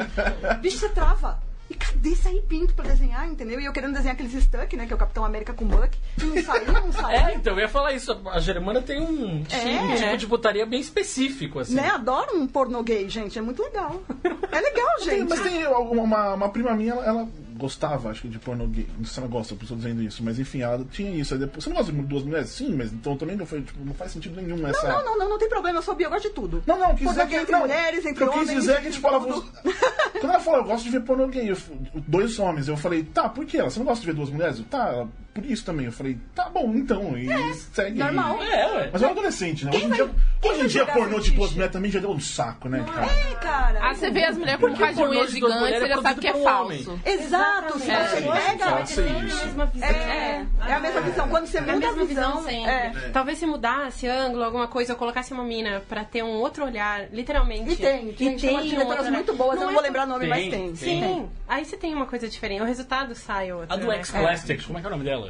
Speaker 6: Também. Bicho, você trava. E cadê sair pinto pra desenhar, entendeu? E eu querendo desenhar aqueles stuck, né? Que é o Capitão América com o Buck. E não saía, não
Speaker 1: É,
Speaker 6: saía.
Speaker 1: então, eu ia falar isso. A Germana tem um, um tipo de putaria bem específico, assim.
Speaker 6: Né? Adoro um pornô gay, gente. É muito legal. É legal,
Speaker 2: Tem-
Speaker 6: gente.
Speaker 2: mas tem alguma- uma, uma prima minha, ela, ela gostava, acho que, de porno gay. Não sei se ela gosta, por estou dizendo isso, mas enfim, ela tinha isso. Aí depois, você não gosta de duas mulheres? Sim, mas então também não foi, tipo, não faz sentido nenhum essa.
Speaker 6: Não, não, não, não tem problema, eu sou bi, eu gosto de tudo.
Speaker 2: Não, não, eu quis
Speaker 6: Pornô
Speaker 2: dizer que.
Speaker 6: gay entre
Speaker 2: não,
Speaker 6: mulheres, entre
Speaker 2: eu quis
Speaker 6: homens,
Speaker 2: dizer que, tipo, ela.
Speaker 6: tudo.
Speaker 2: Quando ela falou, eu gosto de ver pornô gay, eu f- dois homens, eu falei, tá, por que ela? Você não gosta de ver duas mulheres? Eu, tá, ela- por isso também. Eu falei, tá bom, então, e segue.
Speaker 6: normal.
Speaker 1: É, ué.
Speaker 2: Mas eu era adolescente, né? Hoje em
Speaker 6: vai-
Speaker 2: dia,
Speaker 6: quem
Speaker 2: hoje em
Speaker 6: vai
Speaker 2: dia
Speaker 6: jogar
Speaker 2: pornô de
Speaker 6: fetiche?
Speaker 2: duas mulheres também já deu um saco, né, cara?
Speaker 6: É, cara.
Speaker 7: Ah, você vê as mulheres com um
Speaker 1: Porque
Speaker 7: de unha
Speaker 1: pornô de duas
Speaker 7: gigante,
Speaker 1: mulheres
Speaker 7: você
Speaker 1: é
Speaker 7: já sabe que é
Speaker 1: produzido por homem.
Speaker 7: falso.
Speaker 6: Exato, se
Speaker 7: Exatamente.
Speaker 6: você
Speaker 2: É,
Speaker 6: pega.
Speaker 2: pode ser isso.
Speaker 6: É, é, a mesma visão. Quando você
Speaker 5: É a
Speaker 6: muda a
Speaker 5: mesma visão
Speaker 6: visão.
Speaker 5: sempre.
Speaker 6: É.
Speaker 5: Talvez se mudasse ângulo, alguma coisa, eu colocasse uma mina pra ter um outro olhar, literalmente.
Speaker 6: E tem, que tem umas diretoras
Speaker 5: outra-
Speaker 6: muito boas, eu não vou
Speaker 5: é-
Speaker 6: lembrar o nome,
Speaker 1: Tem,
Speaker 6: mas tem.
Speaker 5: Sim, aí você tem uma coisa diferente. O resultado sai outro.
Speaker 1: A do
Speaker 5: né?
Speaker 1: Ex Plastics, como é que é o nome dela?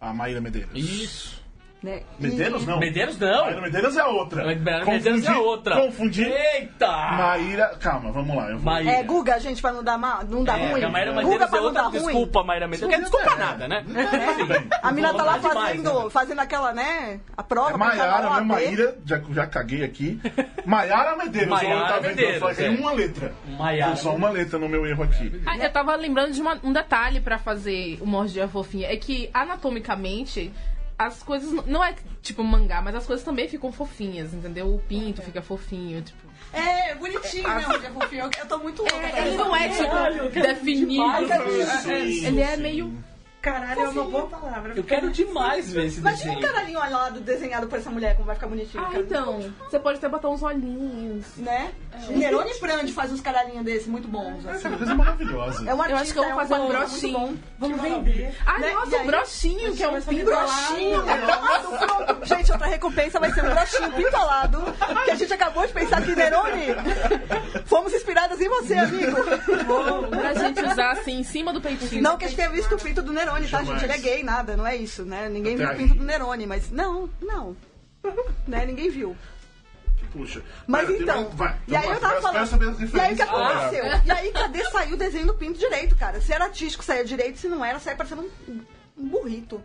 Speaker 2: A Maíra Medeiros.
Speaker 1: Isso.
Speaker 6: Né? E-
Speaker 2: Medeiros não.
Speaker 1: Medeiros
Speaker 2: Maíra
Speaker 1: não.
Speaker 2: Medeiros é a outra.
Speaker 1: Medeiros é
Speaker 2: Confundi-
Speaker 1: outra.
Speaker 2: Confundi.
Speaker 1: Eita!
Speaker 2: Maíra. Calma, vamos lá. Eu vou...
Speaker 1: Maíra.
Speaker 6: É, Guga, gente, pra não dar, ma... não dar
Speaker 1: É,
Speaker 6: ruim.
Speaker 1: que a Maíra
Speaker 6: Guga
Speaker 1: Medeiros é
Speaker 6: pra não dar
Speaker 1: outra.
Speaker 6: ruim.
Speaker 1: Desculpa, Maíra Medeiros. Quer desculpa nada, né?
Speaker 2: Tudo bem.
Speaker 6: A mina tá lá
Speaker 1: Vontade demais,
Speaker 6: fazendo,
Speaker 1: né?
Speaker 6: fazendo aquela, né? A prova
Speaker 2: É
Speaker 6: pra acabar
Speaker 2: Maiara,
Speaker 6: o
Speaker 2: não é
Speaker 6: AB.
Speaker 2: Maíra, já, já caguei aqui. Maiara Medeiros,
Speaker 1: Maiara
Speaker 2: eu tava vendo, eu
Speaker 1: Medeiros,
Speaker 2: falei, tem
Speaker 1: é.
Speaker 2: uma letra.
Speaker 1: Maiara.
Speaker 2: Tem Só uma letra no meu erro aqui.
Speaker 7: Ah, eu tava lembrando de uma- um detalhe pra fazer o Mordia Fofinha. É que, anatomicamente, as coisas... n- Não é, tipo, mangá, mas as coisas também ficam fofinhas, entendeu? O pinto fica fofinho, tipo...
Speaker 6: É, bonitinho, né? onde é fofinho. Eu tô muito louca. pra
Speaker 7: Ele
Speaker 6: isso.
Speaker 7: não é, tipo, definido.
Speaker 2: Sim,
Speaker 7: Ele é
Speaker 2: sim.
Speaker 7: meio...
Speaker 6: Caralho, é uma boa palavra.
Speaker 1: Eu quero demais ver esse
Speaker 6: Imagina um
Speaker 1: desenho.
Speaker 6: caralhinho olhado desenhado por essa mulher, como vai ficar bonitinho.
Speaker 7: Ah,
Speaker 6: cara.
Speaker 7: então. É. Você pode até botar uns olhinhos.
Speaker 6: Né? Nerone Prandi faz uns caralhinhos desses muito bons. assim.
Speaker 2: Essa coisa é maravilhosa.
Speaker 6: É um
Speaker 7: Eu
Speaker 6: artista,
Speaker 7: acho que eu vou
Speaker 6: é
Speaker 7: fazer um
Speaker 6: cara
Speaker 7: brochinho.
Speaker 6: Muito bom.
Speaker 7: Vamos vender. Ah,
Speaker 6: Né? E
Speaker 7: nossa,
Speaker 6: aí,
Speaker 7: um brochinho, que é um pinto
Speaker 6: Brochinho, alado, pronto. Gente, outra recompensa vai ser um brochinho pintolado, que a gente acabou de pensar que Nerone, fomos inspiradas em você, amigo.
Speaker 7: Pra gente usar, assim, em cima do peitinho.
Speaker 6: Não que a gente tenha visto o pinto do Nerone, tá,
Speaker 2: Jamais.
Speaker 6: gente? Ele é gay, nada, não é isso, né? Ninguém
Speaker 2: Até
Speaker 6: viu o
Speaker 2: aí.
Speaker 6: pinto do Nerone, mas não, não. Né? Ninguém viu.
Speaker 2: Puxa.
Speaker 6: Mas
Speaker 2: Pera, tem
Speaker 6: então.
Speaker 2: mais- vai,
Speaker 6: e aí eu tava
Speaker 2: quero- quero saber as
Speaker 6: falando. E aí o que
Speaker 2: referências. Ah.
Speaker 6: aconteceu? E aí cadê saiu o desenho do pinto direito, cara? Se era artístico, saía direito, se não era, saía parecendo um, um burrito.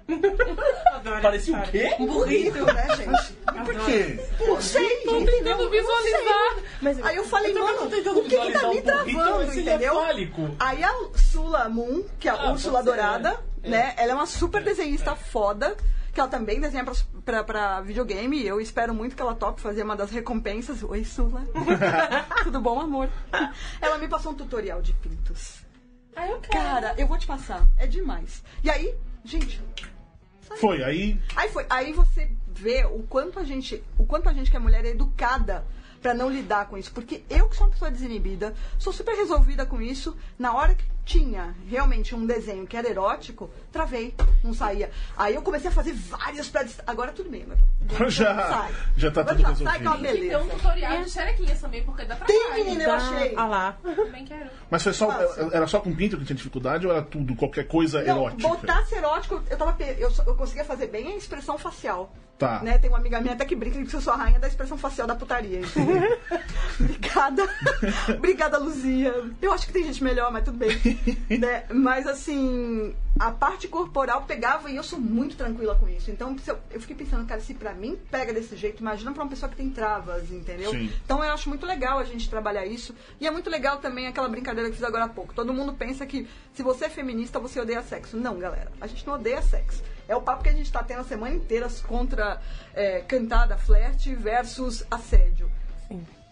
Speaker 1: Parecia o quê?
Speaker 6: Um burrito, né, gente?
Speaker 2: Ah, Por quê?
Speaker 6: Não sei,
Speaker 7: Tô
Speaker 6: gente.
Speaker 7: tentando visualizar. Mas
Speaker 6: Aí eu falei, mano, o que que tá
Speaker 7: um
Speaker 6: me
Speaker 1: Então,
Speaker 6: travando,
Speaker 1: esse
Speaker 6: entendeu?
Speaker 1: é fálico.
Speaker 6: Aí a Sula Moon, que é a
Speaker 1: Ah,
Speaker 6: Úrsula
Speaker 1: pode ser,
Speaker 6: Dourada, né? Ela é uma super desenhista foda, que ela também desenha pra, pra, pra videogame. E eu espero muito que ela top fazer uma das recompensas. Oi, Sula. Tudo bom, amor? Ela me passou um tutorial de pintos.
Speaker 7: Ah, eu quero.
Speaker 6: Cara, eu vou te passar. É demais. E aí, gente,
Speaker 2: Foi, aí.
Speaker 6: Aí foi, aí você vê o quanto a gente, o quanto a gente que é mulher é educada pra não lidar com isso, porque eu que sou uma pessoa desinibida, sou super resolvida com isso. Na hora que tinha realmente um desenho que era erótico, travei, não saía. Aí eu comecei a fazer vários pra dist- agora tudo bem, agora
Speaker 2: Já,
Speaker 6: sai.
Speaker 2: já tá
Speaker 6: Agora
Speaker 2: tudo
Speaker 6: sai, sai, calma,
Speaker 2: resolvido.
Speaker 7: Tem que ter um
Speaker 6: beleza.
Speaker 7: tutorial de xerequinhas também, porque dá trabalho.
Speaker 6: Tem, menina, eu achei.
Speaker 5: Ah lá.
Speaker 7: Também quero.
Speaker 2: Mas foi só.
Speaker 6: Fácil.
Speaker 2: Era só com pinto que tinha dificuldade ou era tudo, qualquer coisa
Speaker 6: Não,
Speaker 2: erótica?
Speaker 6: botasse erótico, eu tava pe- eu, só- eu conseguia fazer bem a expressão facial.
Speaker 2: Tá.
Speaker 6: Né? Tem uma amiga minha até que brinca que eu sou a rainha da expressão facial da putaria. entendeu? Obrigada. Obrigada, Luzia. Eu acho que tem gente melhor, mas tudo bem. Né? Mas assim, a parte corporal pegava e eu sou muito tranquila com isso. Então se eu, eu fiquei pensando, cara, se pra mim pega desse jeito, imagina pra uma pessoa que tem travas, entendeu?
Speaker 2: Sim.
Speaker 6: Então eu acho muito legal a gente trabalhar isso. E é muito legal também aquela brincadeira que eu fiz agora há pouco. Todo mundo pensa que se você é feminista, você odeia sexo. Não, galera. A gente não odeia sexo. É o papo que a gente tá tendo a semana inteira contra é, cantada, flerte versus assédio.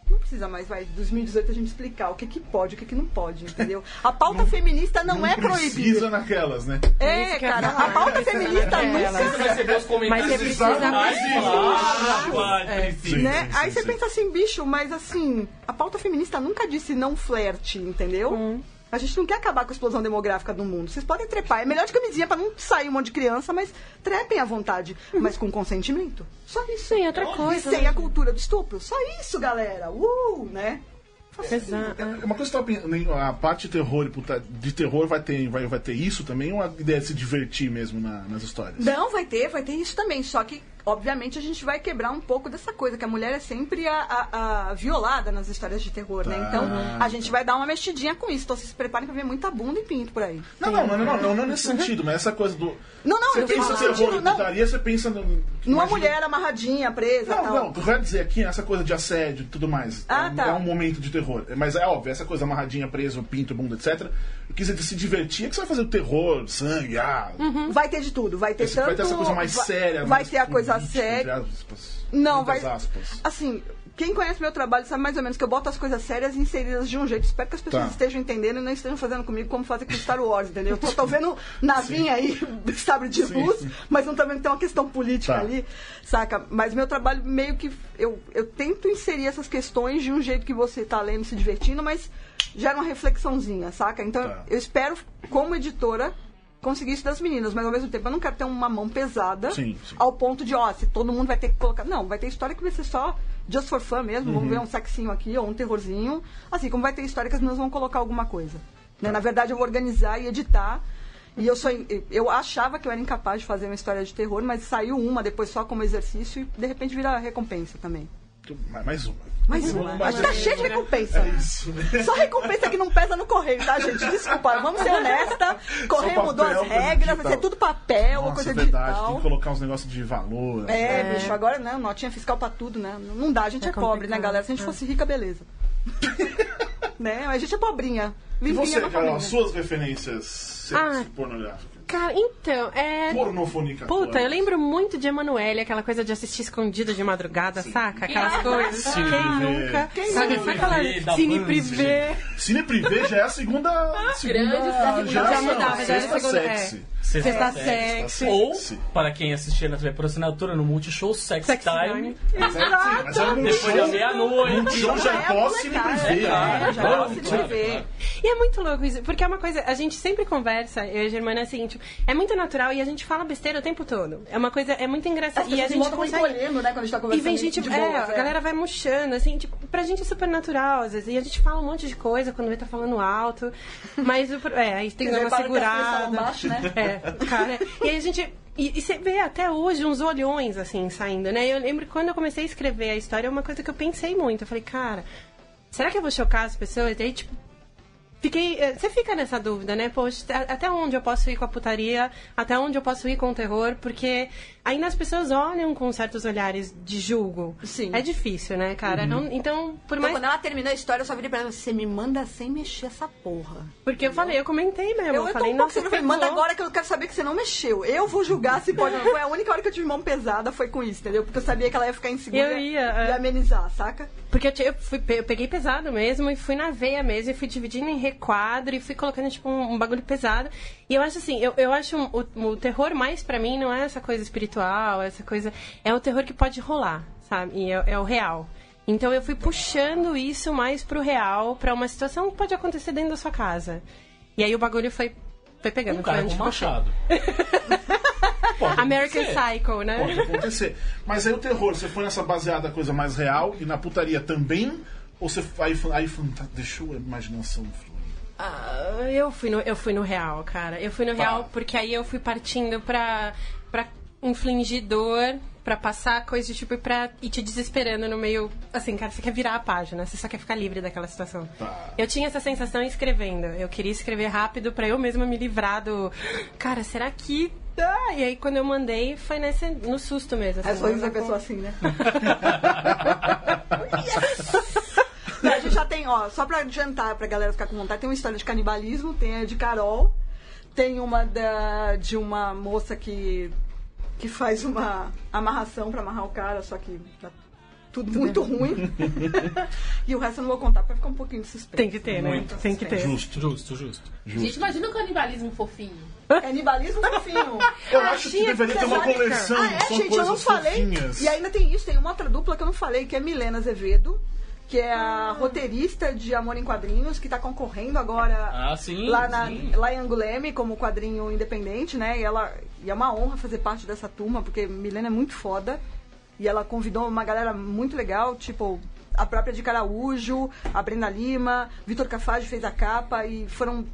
Speaker 6: Não precisa mais, vai, 2018 a gente explicar o que que pode, o que que não pode, entendeu? A pauta feminista não, é
Speaker 2: Precisa
Speaker 6: proibida.
Speaker 2: naquelas, né?
Speaker 6: É,
Speaker 5: Isso que eu
Speaker 6: cara,
Speaker 5: ia falar.
Speaker 6: a pauta feminista nunca né?
Speaker 1: Você vai receber os comentários
Speaker 5: Mas você
Speaker 1: e "Ah, sabe
Speaker 5: precisa
Speaker 1: mais
Speaker 5: aprender.
Speaker 1: falar. Vai, precisa.
Speaker 2: Sim,
Speaker 6: né?
Speaker 2: sim,
Speaker 6: Aí
Speaker 2: sim,
Speaker 6: você
Speaker 2: sim.
Speaker 6: pensa assim, bicho, mas assim, a pauta feminista nunca disse não flerte, entendeu? A gente não quer acabar com a explosão demográfica do mundo. Vocês podem trepar. É melhor de camisinha pra não sair um monte de criança, mas trepem à vontade. Mas com consentimento. Só isso. É
Speaker 5: Sim, outra
Speaker 6: E
Speaker 5: coisa.
Speaker 6: sem a cultura do estupro. Só isso, galera. Uh, né?
Speaker 5: Exato.
Speaker 2: É Uma coisa que eu tava pensando, a parte de terror, e puta- de terror vai ter, vai, vai ter isso também, ou a ideia de se divertir mesmo na- nas histórias?
Speaker 6: Não, vai ter, vai ter isso também. Só que, obviamente, a gente vai quebrar um pouco dessa coisa, que a mulher é sempre a, a- a violada nas histórias de terror,
Speaker 2: Tá.
Speaker 6: né? Então, a gente vai dar uma mexidinha com isso. Então, vocês se preparem pra ver muita bunda e pinto por aí.
Speaker 2: Não, não, não, não, não, não, não nesse sentido, mas essa coisa do.
Speaker 6: Uhum. Não, não,
Speaker 2: você
Speaker 6: eu
Speaker 2: pensa
Speaker 6: falo
Speaker 2: terror
Speaker 6: sentido,
Speaker 2: e
Speaker 6: não.
Speaker 2: putaria, você pensa. No,
Speaker 6: Numa
Speaker 2: imagina-
Speaker 6: mulher amarradinha, presa
Speaker 2: Não,
Speaker 6: tal.
Speaker 2: não, tu vai dizer aqui essa coisa de assédio e tudo mais.
Speaker 6: Ah,
Speaker 2: é, um-
Speaker 6: tá.
Speaker 2: é um momento de terror. Mas é óbvio, essa coisa amarradinha, preso, pinto, bunda, etc. Eu quis dizer, se divertir, é que você vai fazer o terror, sangue, ah.
Speaker 6: Vai ter de tudo, vai ter
Speaker 2: Esse-
Speaker 6: Uhum, tanto...
Speaker 2: vai ter essa coisa mais
Speaker 6: vai-
Speaker 2: séria.
Speaker 6: Vai
Speaker 2: mais
Speaker 6: ter a coisa
Speaker 2: política,
Speaker 6: séria.
Speaker 2: entre aspas,
Speaker 6: Não,
Speaker 2: muitas
Speaker 6: vai.
Speaker 2: aspas.
Speaker 6: Assim, quem conhece meu trabalho sabe mais ou menos que eu boto as coisas sérias e inseridas de um jeito. Espero que as pessoas
Speaker 2: Tá.
Speaker 6: estejam entendendo e não estejam fazendo comigo como fazem com Star Wars, entendeu? Eu tô, tô vendo navinha aí, sabre de
Speaker 2: Sim.
Speaker 6: luz, mas não também tem uma questão política
Speaker 2: Tá.
Speaker 6: ali, saca? Mas meu trabalho meio que. Eu, eu tento inserir essas questões de um jeito que você tá lendo, se divertindo, mas gera uma reflexãozinha, saca? Então
Speaker 2: Tá.
Speaker 6: eu espero, como editora. Conseguir isso das meninas, mas ao mesmo tempo eu não quero ter uma mão pesada
Speaker 2: Sim, sim.
Speaker 6: ao ponto de, ó, se todo mundo vai ter que colocar. Não, vai ter história que vai ser só just for fun mesmo.
Speaker 2: Uhum.
Speaker 6: Vamos ver um sexinho aqui ou um terrorzinho. Assim, como vai ter história que as meninas vão colocar alguma coisa. Né? Na verdade, eu vou organizar e editar. E eu sou. in- Eu achava que eu era incapaz de fazer uma história de terror, mas saiu uma depois só como exercício e de repente vira recompensa também.
Speaker 2: Tu- ma- Mais uma. Uhum.
Speaker 6: Mais uma. A gente tá cheio de recompensa.
Speaker 2: É Isso. né?
Speaker 6: Só recompensa que não pesa no correio, tá, gente? Desculpa, vamos ser honesta. Correio
Speaker 2: Só
Speaker 6: mudou
Speaker 2: papel,
Speaker 6: as
Speaker 2: coisa
Speaker 6: regras, vai
Speaker 2: digital.
Speaker 6: ser tudo papel,
Speaker 2: Nossa,
Speaker 6: coisa
Speaker 2: é verdade,
Speaker 6: digital.
Speaker 2: tem que colocar uns negócios de valor.
Speaker 6: É, bicho, agora né, notinha fiscal pra tudo, né? Não dá, a gente é, pobre, né,
Speaker 5: complicado,
Speaker 6: galera? Se a gente fosse rica, beleza. né? A gente é pobrinha.
Speaker 2: E
Speaker 6: Limpinha
Speaker 2: você,
Speaker 6: na
Speaker 2: Carol,
Speaker 6: família.
Speaker 2: as suas referências se-
Speaker 5: Ah.
Speaker 2: se pornográficas?
Speaker 5: Cara, então, é.
Speaker 2: Pornofônica.
Speaker 5: Puta, eu lembro muito de Emanuele, aquela coisa de assistir escondido de madrugada, saca? Aquelas coisas.
Speaker 2: Cine
Speaker 5: Quem
Speaker 2: privê.
Speaker 5: nunca?
Speaker 6: Quem
Speaker 5: sabe
Speaker 1: nunca? Cine
Speaker 5: aquela
Speaker 1: é. da
Speaker 5: cine
Speaker 1: Band.
Speaker 5: privê?
Speaker 2: Cine privê já é a segunda. segunda
Speaker 7: Grande, já mudava,
Speaker 2: geração,
Speaker 5: já mudava, já era
Speaker 2: sexta
Speaker 5: segunda-
Speaker 2: sexy.
Speaker 6: tá
Speaker 5: Sexta
Speaker 2: Sexta
Speaker 5: sexo.
Speaker 1: Ou,
Speaker 2: sexy.
Speaker 1: para quem assistia na TV por assinatura, no Multishow, Sex,
Speaker 5: Sex
Speaker 1: Time.
Speaker 5: Time.
Speaker 2: Sim, mas era um
Speaker 1: Depois da
Speaker 2: show. Um
Speaker 1: meia-noite.
Speaker 2: show já é
Speaker 6: É,
Speaker 2: pós-cine
Speaker 6: molecada,
Speaker 2: privê.
Speaker 6: É,
Speaker 1: Ah,
Speaker 2: né?
Speaker 6: já era
Speaker 1: um
Speaker 6: se viver.
Speaker 5: E é muito louco isso, porque é uma coisa, a gente sempre conversa, eu e a Germana, assim, tipo, é muito natural e a gente fala besteira o tempo todo. É uma coisa, é muito engraçada.
Speaker 6: As
Speaker 5: E a
Speaker 6: pessoas
Speaker 5: gente
Speaker 6: logo vão
Speaker 5: consegue...
Speaker 6: encolhendo, né, quando a gente tá
Speaker 5: E
Speaker 6: conversando.
Speaker 5: vem gente,
Speaker 6: de
Speaker 5: é,
Speaker 6: boas,
Speaker 5: a galera vai murchando, assim, tipo, pra gente é super natural, às vezes, e a gente fala um monte de coisa quando ele tá falando alto, mas, o pro- é, aí tem que dar
Speaker 6: Ele
Speaker 5: uma
Speaker 6: repara que as pessoas falam
Speaker 5: segurada.
Speaker 6: baixo, né?
Speaker 5: É, cara, e aí a gente, e, e você vê até hoje uns olhões, assim, saindo, né, eu lembro que quando eu comecei a escrever a história, é uma coisa que eu pensei muito, eu falei, cara, será que eu vou chocar as pessoas? E aí, tipo, Fiquei, eh, você fica nessa dúvida, né? Poxa, a- até onde eu posso ir com a putaria? Até onde eu posso ir com o terror? Porque ainda as pessoas olham com certos olhares de julgo.
Speaker 6: Sim.
Speaker 5: É difícil, né, cara? Não- então, por
Speaker 6: Então,
Speaker 5: mais.
Speaker 6: quando ela terminou a história, eu só virei pra ela, você me manda sem mexer essa porra.
Speaker 5: Porque eu falei, eu comentei mesmo.
Speaker 6: Eu,
Speaker 5: Eu,
Speaker 6: eu tô
Speaker 5: falei,
Speaker 6: um pouco,
Speaker 5: nossa,
Speaker 6: você não me manda
Speaker 5: pegou.
Speaker 6: agora que eu quero saber que você não mexeu. Eu vou julgar se pode ou não. Foi a única hora que eu tive mão pesada, foi com isso, entendeu? Porque eu sabia que ela ia ficar insegura
Speaker 5: Eu ia,
Speaker 6: e
Speaker 5: é.
Speaker 6: amenizar, saca?
Speaker 5: Porque eu, tinha- eu fui, pe- eu peguei pesado mesmo e fui na veia mesmo e fui dividindo em requadro e fui colocando, tipo, um, um bagulho pesado. E eu acho assim, eu, eu acho um- o, o terror mais pra mim não é essa coisa espiritual, essa coisa. É o terror que pode rolar, sabe? E é, é o real. Então eu fui puxando isso mais pro real, pra uma situação que pode acontecer dentro da sua casa. E aí o bagulho foi, foi pegando.
Speaker 1: Um
Speaker 5: foi
Speaker 1: cara com
Speaker 5: onde ficou.
Speaker 1: machado. Pode
Speaker 5: American
Speaker 1: acontecer.
Speaker 5: Psycho, né?
Speaker 2: Pode acontecer. Mas aí o terror, você foi nessa baseada coisa mais real e na putaria também? Ou você aí, aí tá, fanta- deixou a imaginação fluir?
Speaker 5: Ah, eu fui no eu fui no real, cara. Eu fui no real porque aí eu fui partindo pra, pra infligir dor pra passar coisa do tipo e pra ir te desesperando no meio. Assim, cara, você quer virar a página, você só quer ficar livre daquela situação. Eu tinha essa sensação escrevendo. Eu queria escrever rápido pra eu mesma me livrar do. Cara, será que. dá?" e aí quando eu mandei, foi nesse, no susto mesmo. assim,
Speaker 6: Às vezes
Speaker 5: não
Speaker 6: a
Speaker 5: com-
Speaker 6: pessoa assim, né? Não, a gente já tem, ó, só pra adiantar, pra galera ficar com vontade, tem uma história de canibalismo, tem a de Carol, tem uma da, de uma moça que, que faz uma amarração pra amarrar o cara, só que tá tudo muito ruim. e o resto eu não vou contar pra ficar um pouquinho de suspense.
Speaker 5: Tem que ter, né? Tem que ter.
Speaker 1: Justo, justo, justo.
Speaker 7: Gente, imagina o canibalismo fofinho.
Speaker 6: Canibalismo fofinho.
Speaker 2: Eu acho que
Speaker 6: Tinha
Speaker 2: deveria ter uma
Speaker 6: sabe, cara?
Speaker 2: coleção
Speaker 6: Ah, é,
Speaker 2: só
Speaker 6: gente, eu
Speaker 2: coisas
Speaker 6: não falei.
Speaker 2: fofinhas.
Speaker 6: E ainda tem isso, tem uma outra dupla que eu não falei, que é Milena Azevedo, que é
Speaker 2: Ah.
Speaker 6: a roteirista de Amor em Quadrinhos, que tá concorrendo agora
Speaker 1: Ah, sim,
Speaker 6: lá, na,
Speaker 1: sim.
Speaker 6: lá em Anguleme como quadrinho independente, né? E, ela, e é uma honra fazer parte dessa turma, porque Milena é muito foda. E ela convidou uma galera muito legal, tipo a própria de Caraújo, a Brenda Lima, Vitor Cafage fez a capa e foram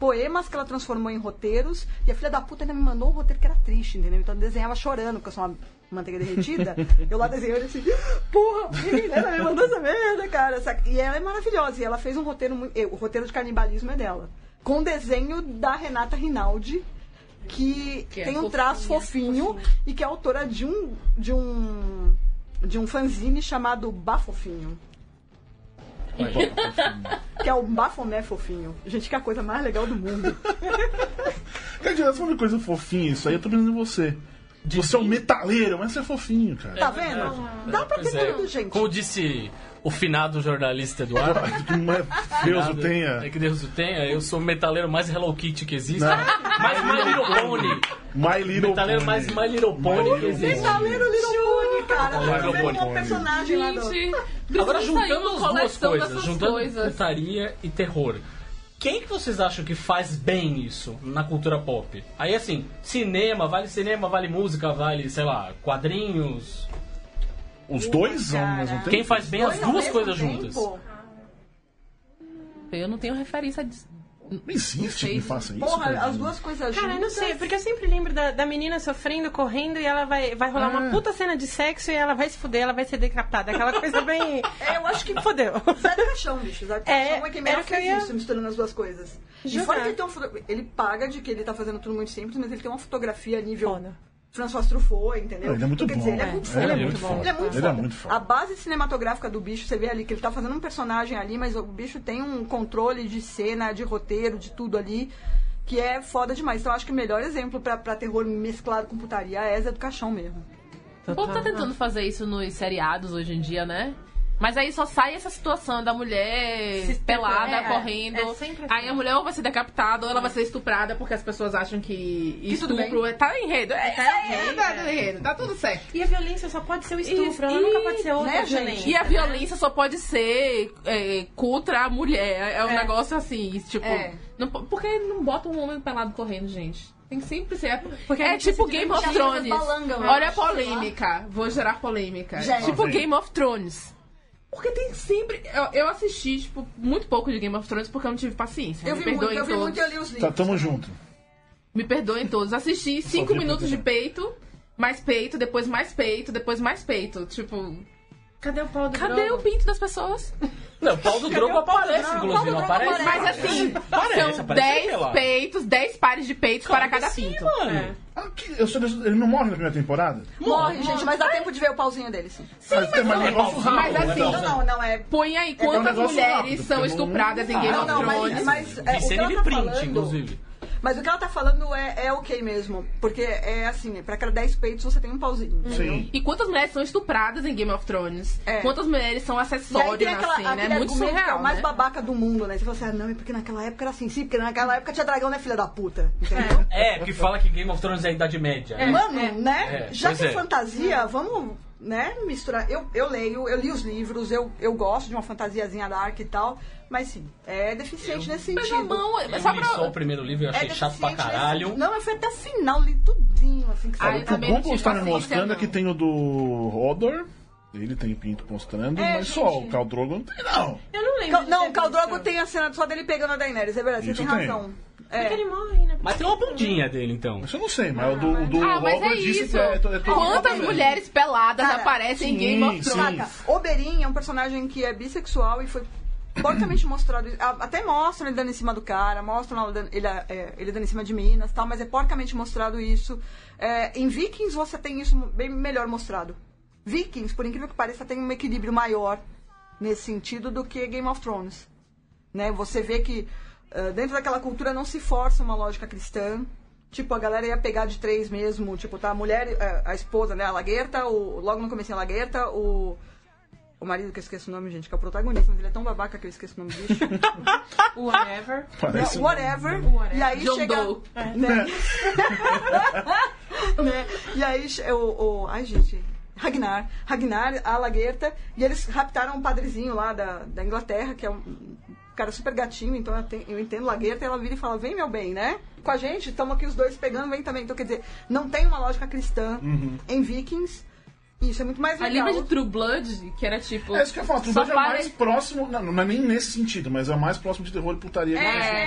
Speaker 6: poemas que ela transformou em roteiros. E a filha da puta ainda me mandou um roteiro que era triste, entendeu? Então eu desenhava chorando, porque eu sou uma manteiga derretida. eu lá desenhando assim, porra, ela me mandou essa merda, cara. Essa- E ela é maravilhosa. E ela fez um roteiro, muito... eh, o roteiro de canibalismo é dela. Com desenho da Renata Rinaldi, que,
Speaker 7: Que é
Speaker 6: tem um
Speaker 7: fofinha,
Speaker 6: traço fofinho, e que é autora de um, de um, de um fanzine chamado Bafofinho. Que é o Bafomé Fofinho. Gente, que é a coisa mais legal do mundo.
Speaker 2: Cara, você falando de coisa fofinha, isso aí eu tô pensando em você. Você é um metaleiro, mas você é fofinho, cara.
Speaker 6: Tá vendo? Dá pra
Speaker 1: Pois
Speaker 6: ter
Speaker 1: é.
Speaker 6: tudo, gente.
Speaker 1: Como disse o finado jornalista Eduardo.
Speaker 2: Que mais Deus o
Speaker 1: É
Speaker 2: tenha.
Speaker 1: que Deus o tenha, eu sou o metaleiro mais Hello Kitty que existe.
Speaker 2: Não.
Speaker 1: Mais My Little Pony.
Speaker 2: My Little
Speaker 1: Metaleiro é
Speaker 2: Pony.
Speaker 1: mais My Little
Speaker 2: My
Speaker 1: Pony que
Speaker 2: Little
Speaker 1: existe.
Speaker 6: Metaleiro tá Little Pony, cara.
Speaker 1: Little
Speaker 6: Tá vendo
Speaker 1: Pony.
Speaker 6: o personagem lá do...
Speaker 7: Gente,
Speaker 1: Agora
Speaker 7: precisa sair
Speaker 1: juntando
Speaker 7: uma
Speaker 1: as duas
Speaker 7: coleção
Speaker 1: coisas,
Speaker 7: dessas
Speaker 1: juntando
Speaker 7: coisas.
Speaker 1: putaria e terror. Quem que vocês acham que faz bem isso na cultura pop? Aí assim, cinema, vale cinema, vale música, vale, sei lá, quadrinhos.
Speaker 2: Os dois ao
Speaker 6: Cara.
Speaker 2: mesmo tempo?
Speaker 1: Quem faz bem as
Speaker 6: Dois ao
Speaker 1: duas
Speaker 6: mesmo
Speaker 1: coisas
Speaker 6: tempo.
Speaker 1: juntas?
Speaker 7: Eu não tenho referência disso.
Speaker 2: Não existe que faça isso.
Speaker 6: Porra,
Speaker 2: cara.
Speaker 6: as duas coisas
Speaker 5: Cara, eu não
Speaker 6: juntas.
Speaker 5: sei, porque eu sempre lembro da, da menina sofrendo, correndo, e ela vai, vai rolar
Speaker 6: Ah.
Speaker 5: uma puta cena de sexo e ela vai se fuder, ela vai ser decapitada. Aquela coisa bem.
Speaker 6: É, eu acho que
Speaker 5: Fodeu.
Speaker 6: Zé do Caixão, bicho. Zé do
Speaker 5: É,
Speaker 6: Caixão é, quem melhor
Speaker 5: era o que eu
Speaker 6: fez
Speaker 5: ia-
Speaker 6: isso, misturando as duas coisas.
Speaker 5: Jurar.
Speaker 6: E fora que ele tem um foto- Ele paga de que ele tá fazendo tudo muito simples, mas ele tem uma fotografia nível...
Speaker 5: Foda.
Speaker 6: François Truffaut, entendeu?
Speaker 2: Ele é muito
Speaker 6: Quer
Speaker 2: bom.
Speaker 6: dizer, ele é
Speaker 2: É,
Speaker 6: muito
Speaker 2: ele
Speaker 6: foda.
Speaker 2: é
Speaker 5: muito bom.
Speaker 6: Ele é muito
Speaker 2: Ele é
Speaker 6: foda.
Speaker 2: muito foda.
Speaker 6: A base cinematográfica do bicho, você vê ali que ele tá fazendo um personagem ali, mas o bicho tem um controle de cena, de roteiro, de tudo ali, que é foda demais. Então eu acho que o melhor exemplo pra, pra terror mesclado com putaria é Zé do Caixão mesmo.
Speaker 7: O povo tá tentando fazer isso nos seriados hoje em dia, né? Mas aí só sai essa situação da mulher
Speaker 5: Se-
Speaker 7: pelada,
Speaker 5: é,
Speaker 7: correndo.
Speaker 5: é sempre assim.
Speaker 7: aí a mulher ou vai ser decapitada ou ela vai ser estuprada porque as pessoas acham que,
Speaker 6: tudo bem.
Speaker 7: estupro é- tá em enredo. É,
Speaker 5: Tá
Speaker 7: tá
Speaker 5: em enredo,
Speaker 7: tá tudo em enredo, tá tudo certo.
Speaker 5: E a violência só pode ser o um estupro,
Speaker 7: Isso,
Speaker 5: ela
Speaker 7: e-
Speaker 5: nunca pode ser outra
Speaker 6: né, gente?
Speaker 5: violência.
Speaker 7: E a violência só pode ser é, contra a mulher. É um
Speaker 5: É.
Speaker 7: negócio assim, tipo.
Speaker 6: É.
Speaker 7: não po- por que não bota um homem pelado correndo, gente? Tem que sempre ser.
Speaker 5: Porque a
Speaker 7: é
Speaker 5: gente
Speaker 7: tipo
Speaker 5: se
Speaker 7: Game of
Speaker 5: diverte, as
Speaker 7: Thrones.
Speaker 5: pessoas balangam, né?
Speaker 7: Olha a polêmica. Vou gerar polêmica.
Speaker 6: Gente.
Speaker 7: Tipo
Speaker 2: Lá vem.
Speaker 7: Game of Thrones. Porque tem sempre. Eu, eu assisti, tipo, muito pouco de Game of Thrones porque eu não tive paciência.
Speaker 6: Eu
Speaker 7: Me
Speaker 6: vi muito,
Speaker 7: perdoem
Speaker 6: eu vi
Speaker 7: todos.
Speaker 6: muito e eu li os
Speaker 2: Tá,
Speaker 6: livros.
Speaker 2: tamo junto.
Speaker 7: Me perdoem todos. Assisti
Speaker 2: vi
Speaker 7: cinco
Speaker 2: o
Speaker 7: minutos de
Speaker 2: primeiro.
Speaker 7: peito, mais peito, depois mais peito, depois mais peito. Tipo,
Speaker 5: Cadê o pau do
Speaker 7: cadê o pinto das pessoas?
Speaker 1: Não, o pau do Drogo aparece, inclusive, não aparece?
Speaker 7: Mas assim,
Speaker 1: Parece,
Speaker 7: são
Speaker 1: aparece
Speaker 7: 10
Speaker 1: pelado.
Speaker 7: peitos, 10 pares de peitos para cada
Speaker 1: Sim,
Speaker 7: pinto.
Speaker 1: mano.
Speaker 2: Ah, que- eu sou desse- ele não morre na primeira temporada?
Speaker 6: Morre, gente, mas dá tempo de ver o pauzinho dele, sim.
Speaker 7: Sim,
Speaker 2: Ah, tem
Speaker 7: mas,
Speaker 2: mais
Speaker 7: não-
Speaker 2: negócio
Speaker 7: mas
Speaker 2: rápido,
Speaker 7: assim,
Speaker 2: né?
Speaker 6: Não, não, não, é.
Speaker 7: põe aí
Speaker 2: um
Speaker 7: quantas
Speaker 2: negócio
Speaker 7: mulheres
Speaker 2: rápido, porque
Speaker 7: são
Speaker 2: não-
Speaker 7: estupradas em Game
Speaker 6: Não,
Speaker 7: of
Speaker 6: não, mas,
Speaker 7: Thrones.
Speaker 6: mas é,
Speaker 1: Vi
Speaker 6: o que
Speaker 1: cena
Speaker 6: ela
Speaker 1: de
Speaker 6: tá
Speaker 1: print,
Speaker 6: falando,
Speaker 1: inclusive.
Speaker 6: Mas o que ela tá falando é, é ok mesmo. Porque é assim, pra cada 10 peitos você tem um pauzinho. entendeu?
Speaker 2: Sim.
Speaker 7: E quantas mulheres são estupradas em Game of Thrones?
Speaker 6: É.
Speaker 7: Quantas mulheres são
Speaker 6: E aí tem
Speaker 7: acessórias,
Speaker 6: aquela,
Speaker 7: assim, né?
Speaker 6: aquele
Speaker 7: É muito
Speaker 6: argumento que é
Speaker 7: surreal,
Speaker 6: o mais
Speaker 7: né?
Speaker 6: babaca do mundo, né? Você fala assim, ah, não, é porque naquela época era assim, sim, porque naquela época tinha dragão, né, filha da puta? Entendeu?
Speaker 1: É, porque fala que Game of Thrones é a Idade Média. né?
Speaker 6: Mano, né?
Speaker 1: É,
Speaker 6: Já
Speaker 1: pois
Speaker 6: que é
Speaker 1: é.
Speaker 6: fantasia, vamos, né, misturar. Eu, eu leio, eu li os livros, eu, eu gosto de uma fantasiazinha dark e tal, mas sim, é deficiente nesse
Speaker 7: Mas
Speaker 6: sentido.
Speaker 7: a mão...
Speaker 1: Eu
Speaker 7: Só
Speaker 1: li só o
Speaker 7: pra...
Speaker 1: primeiro livro, eu
Speaker 6: É
Speaker 1: achei chato pra
Speaker 6: deficiente nesse
Speaker 1: caralho.
Speaker 6: sentido. Não, eu fui até o final, li tudinho, assim, que
Speaker 7: Ai,
Speaker 6: saiu.
Speaker 2: O que o
Speaker 7: também não
Speaker 2: Google
Speaker 7: tive
Speaker 2: está me
Speaker 7: paciência,
Speaker 2: mostrando é
Speaker 7: não.
Speaker 2: que tem o do Hodor. Ele tem pinto mostrando,
Speaker 6: É,
Speaker 2: mas só
Speaker 6: gente.
Speaker 2: o Khal Drogo não tem, não.
Speaker 5: Eu não lembro.
Speaker 6: Cal-
Speaker 5: de
Speaker 6: Não,
Speaker 5: ter
Speaker 6: o Caldrogo
Speaker 5: visto.
Speaker 6: tem a cena só dele pegando a Daenerys, é verdade,
Speaker 2: Isso
Speaker 6: você tem,
Speaker 2: tem.
Speaker 6: razão. É.
Speaker 5: Ele morre, né?
Speaker 1: Mas tem uma bundinha dele, então.
Speaker 2: Isso eu não sei, mas o do, do
Speaker 7: Ah, mas
Speaker 2: Robert
Speaker 7: é
Speaker 2: disse
Speaker 7: isso.
Speaker 2: que é, é, todo- é todo-
Speaker 7: Quantas mulheres peladas
Speaker 6: Cara,
Speaker 7: aparecem em Game of
Speaker 2: sim.
Speaker 7: Thrones?
Speaker 6: Saca? Oberyn é um personagem que é bissexual e foi porcamente mostrado. a- Até mostram ele dando em cima do cara, mostram lá ele dando- ele, é, ele dando em cima de Minas e tal, mas é porcamente mostrado isso. É, em Vikings você tem isso bem melhor mostrado. Vikings, por incrível que pareça, tem um equilíbrio maior nesse sentido do que Game of Thrones. Né? Você vê que ah, dentro daquela cultura não se força uma lógica cristã. Tipo, a galera ia pegar de três mesmo. Tipo, tá a mulher, eh, a esposa, né? A laguerta, o, logo no começo a laguerta, o... O marido que eu esqueço o nome, gente, que é o protagonista, mas ele é tão babaca que eu esqueço o nome do bicho.
Speaker 5: Whatever.
Speaker 2: Parece
Speaker 6: Não, whatever.
Speaker 5: Whatever.
Speaker 6: E aí
Speaker 7: John
Speaker 6: chega.
Speaker 7: Doe.
Speaker 6: Né? Né? E aí che- o, o. Ai, gente. Ragnar. Ragnar, a laguerta. E eles raptaram um padrezinho lá da, da Inglaterra, que é um cara super gatinho, então eu, te- eu entendo laguerta, e ela vira e fala, vem meu bem, né? Com a gente, estamos aqui os dois pegando, vem também. Então, quer dizer, não tem uma lógica cristã em Vikings. e Isso é muito mais
Speaker 7: A
Speaker 6: legal.
Speaker 7: livra de True Blood, que era tipo.
Speaker 2: É isso que eu ia falar, True
Speaker 7: só
Speaker 2: Blood é o
Speaker 7: para-
Speaker 2: mais próximo, não, não é nem nesse sentido, mas é o mais próximo de terror e putaria que
Speaker 6: É,
Speaker 2: eu consegui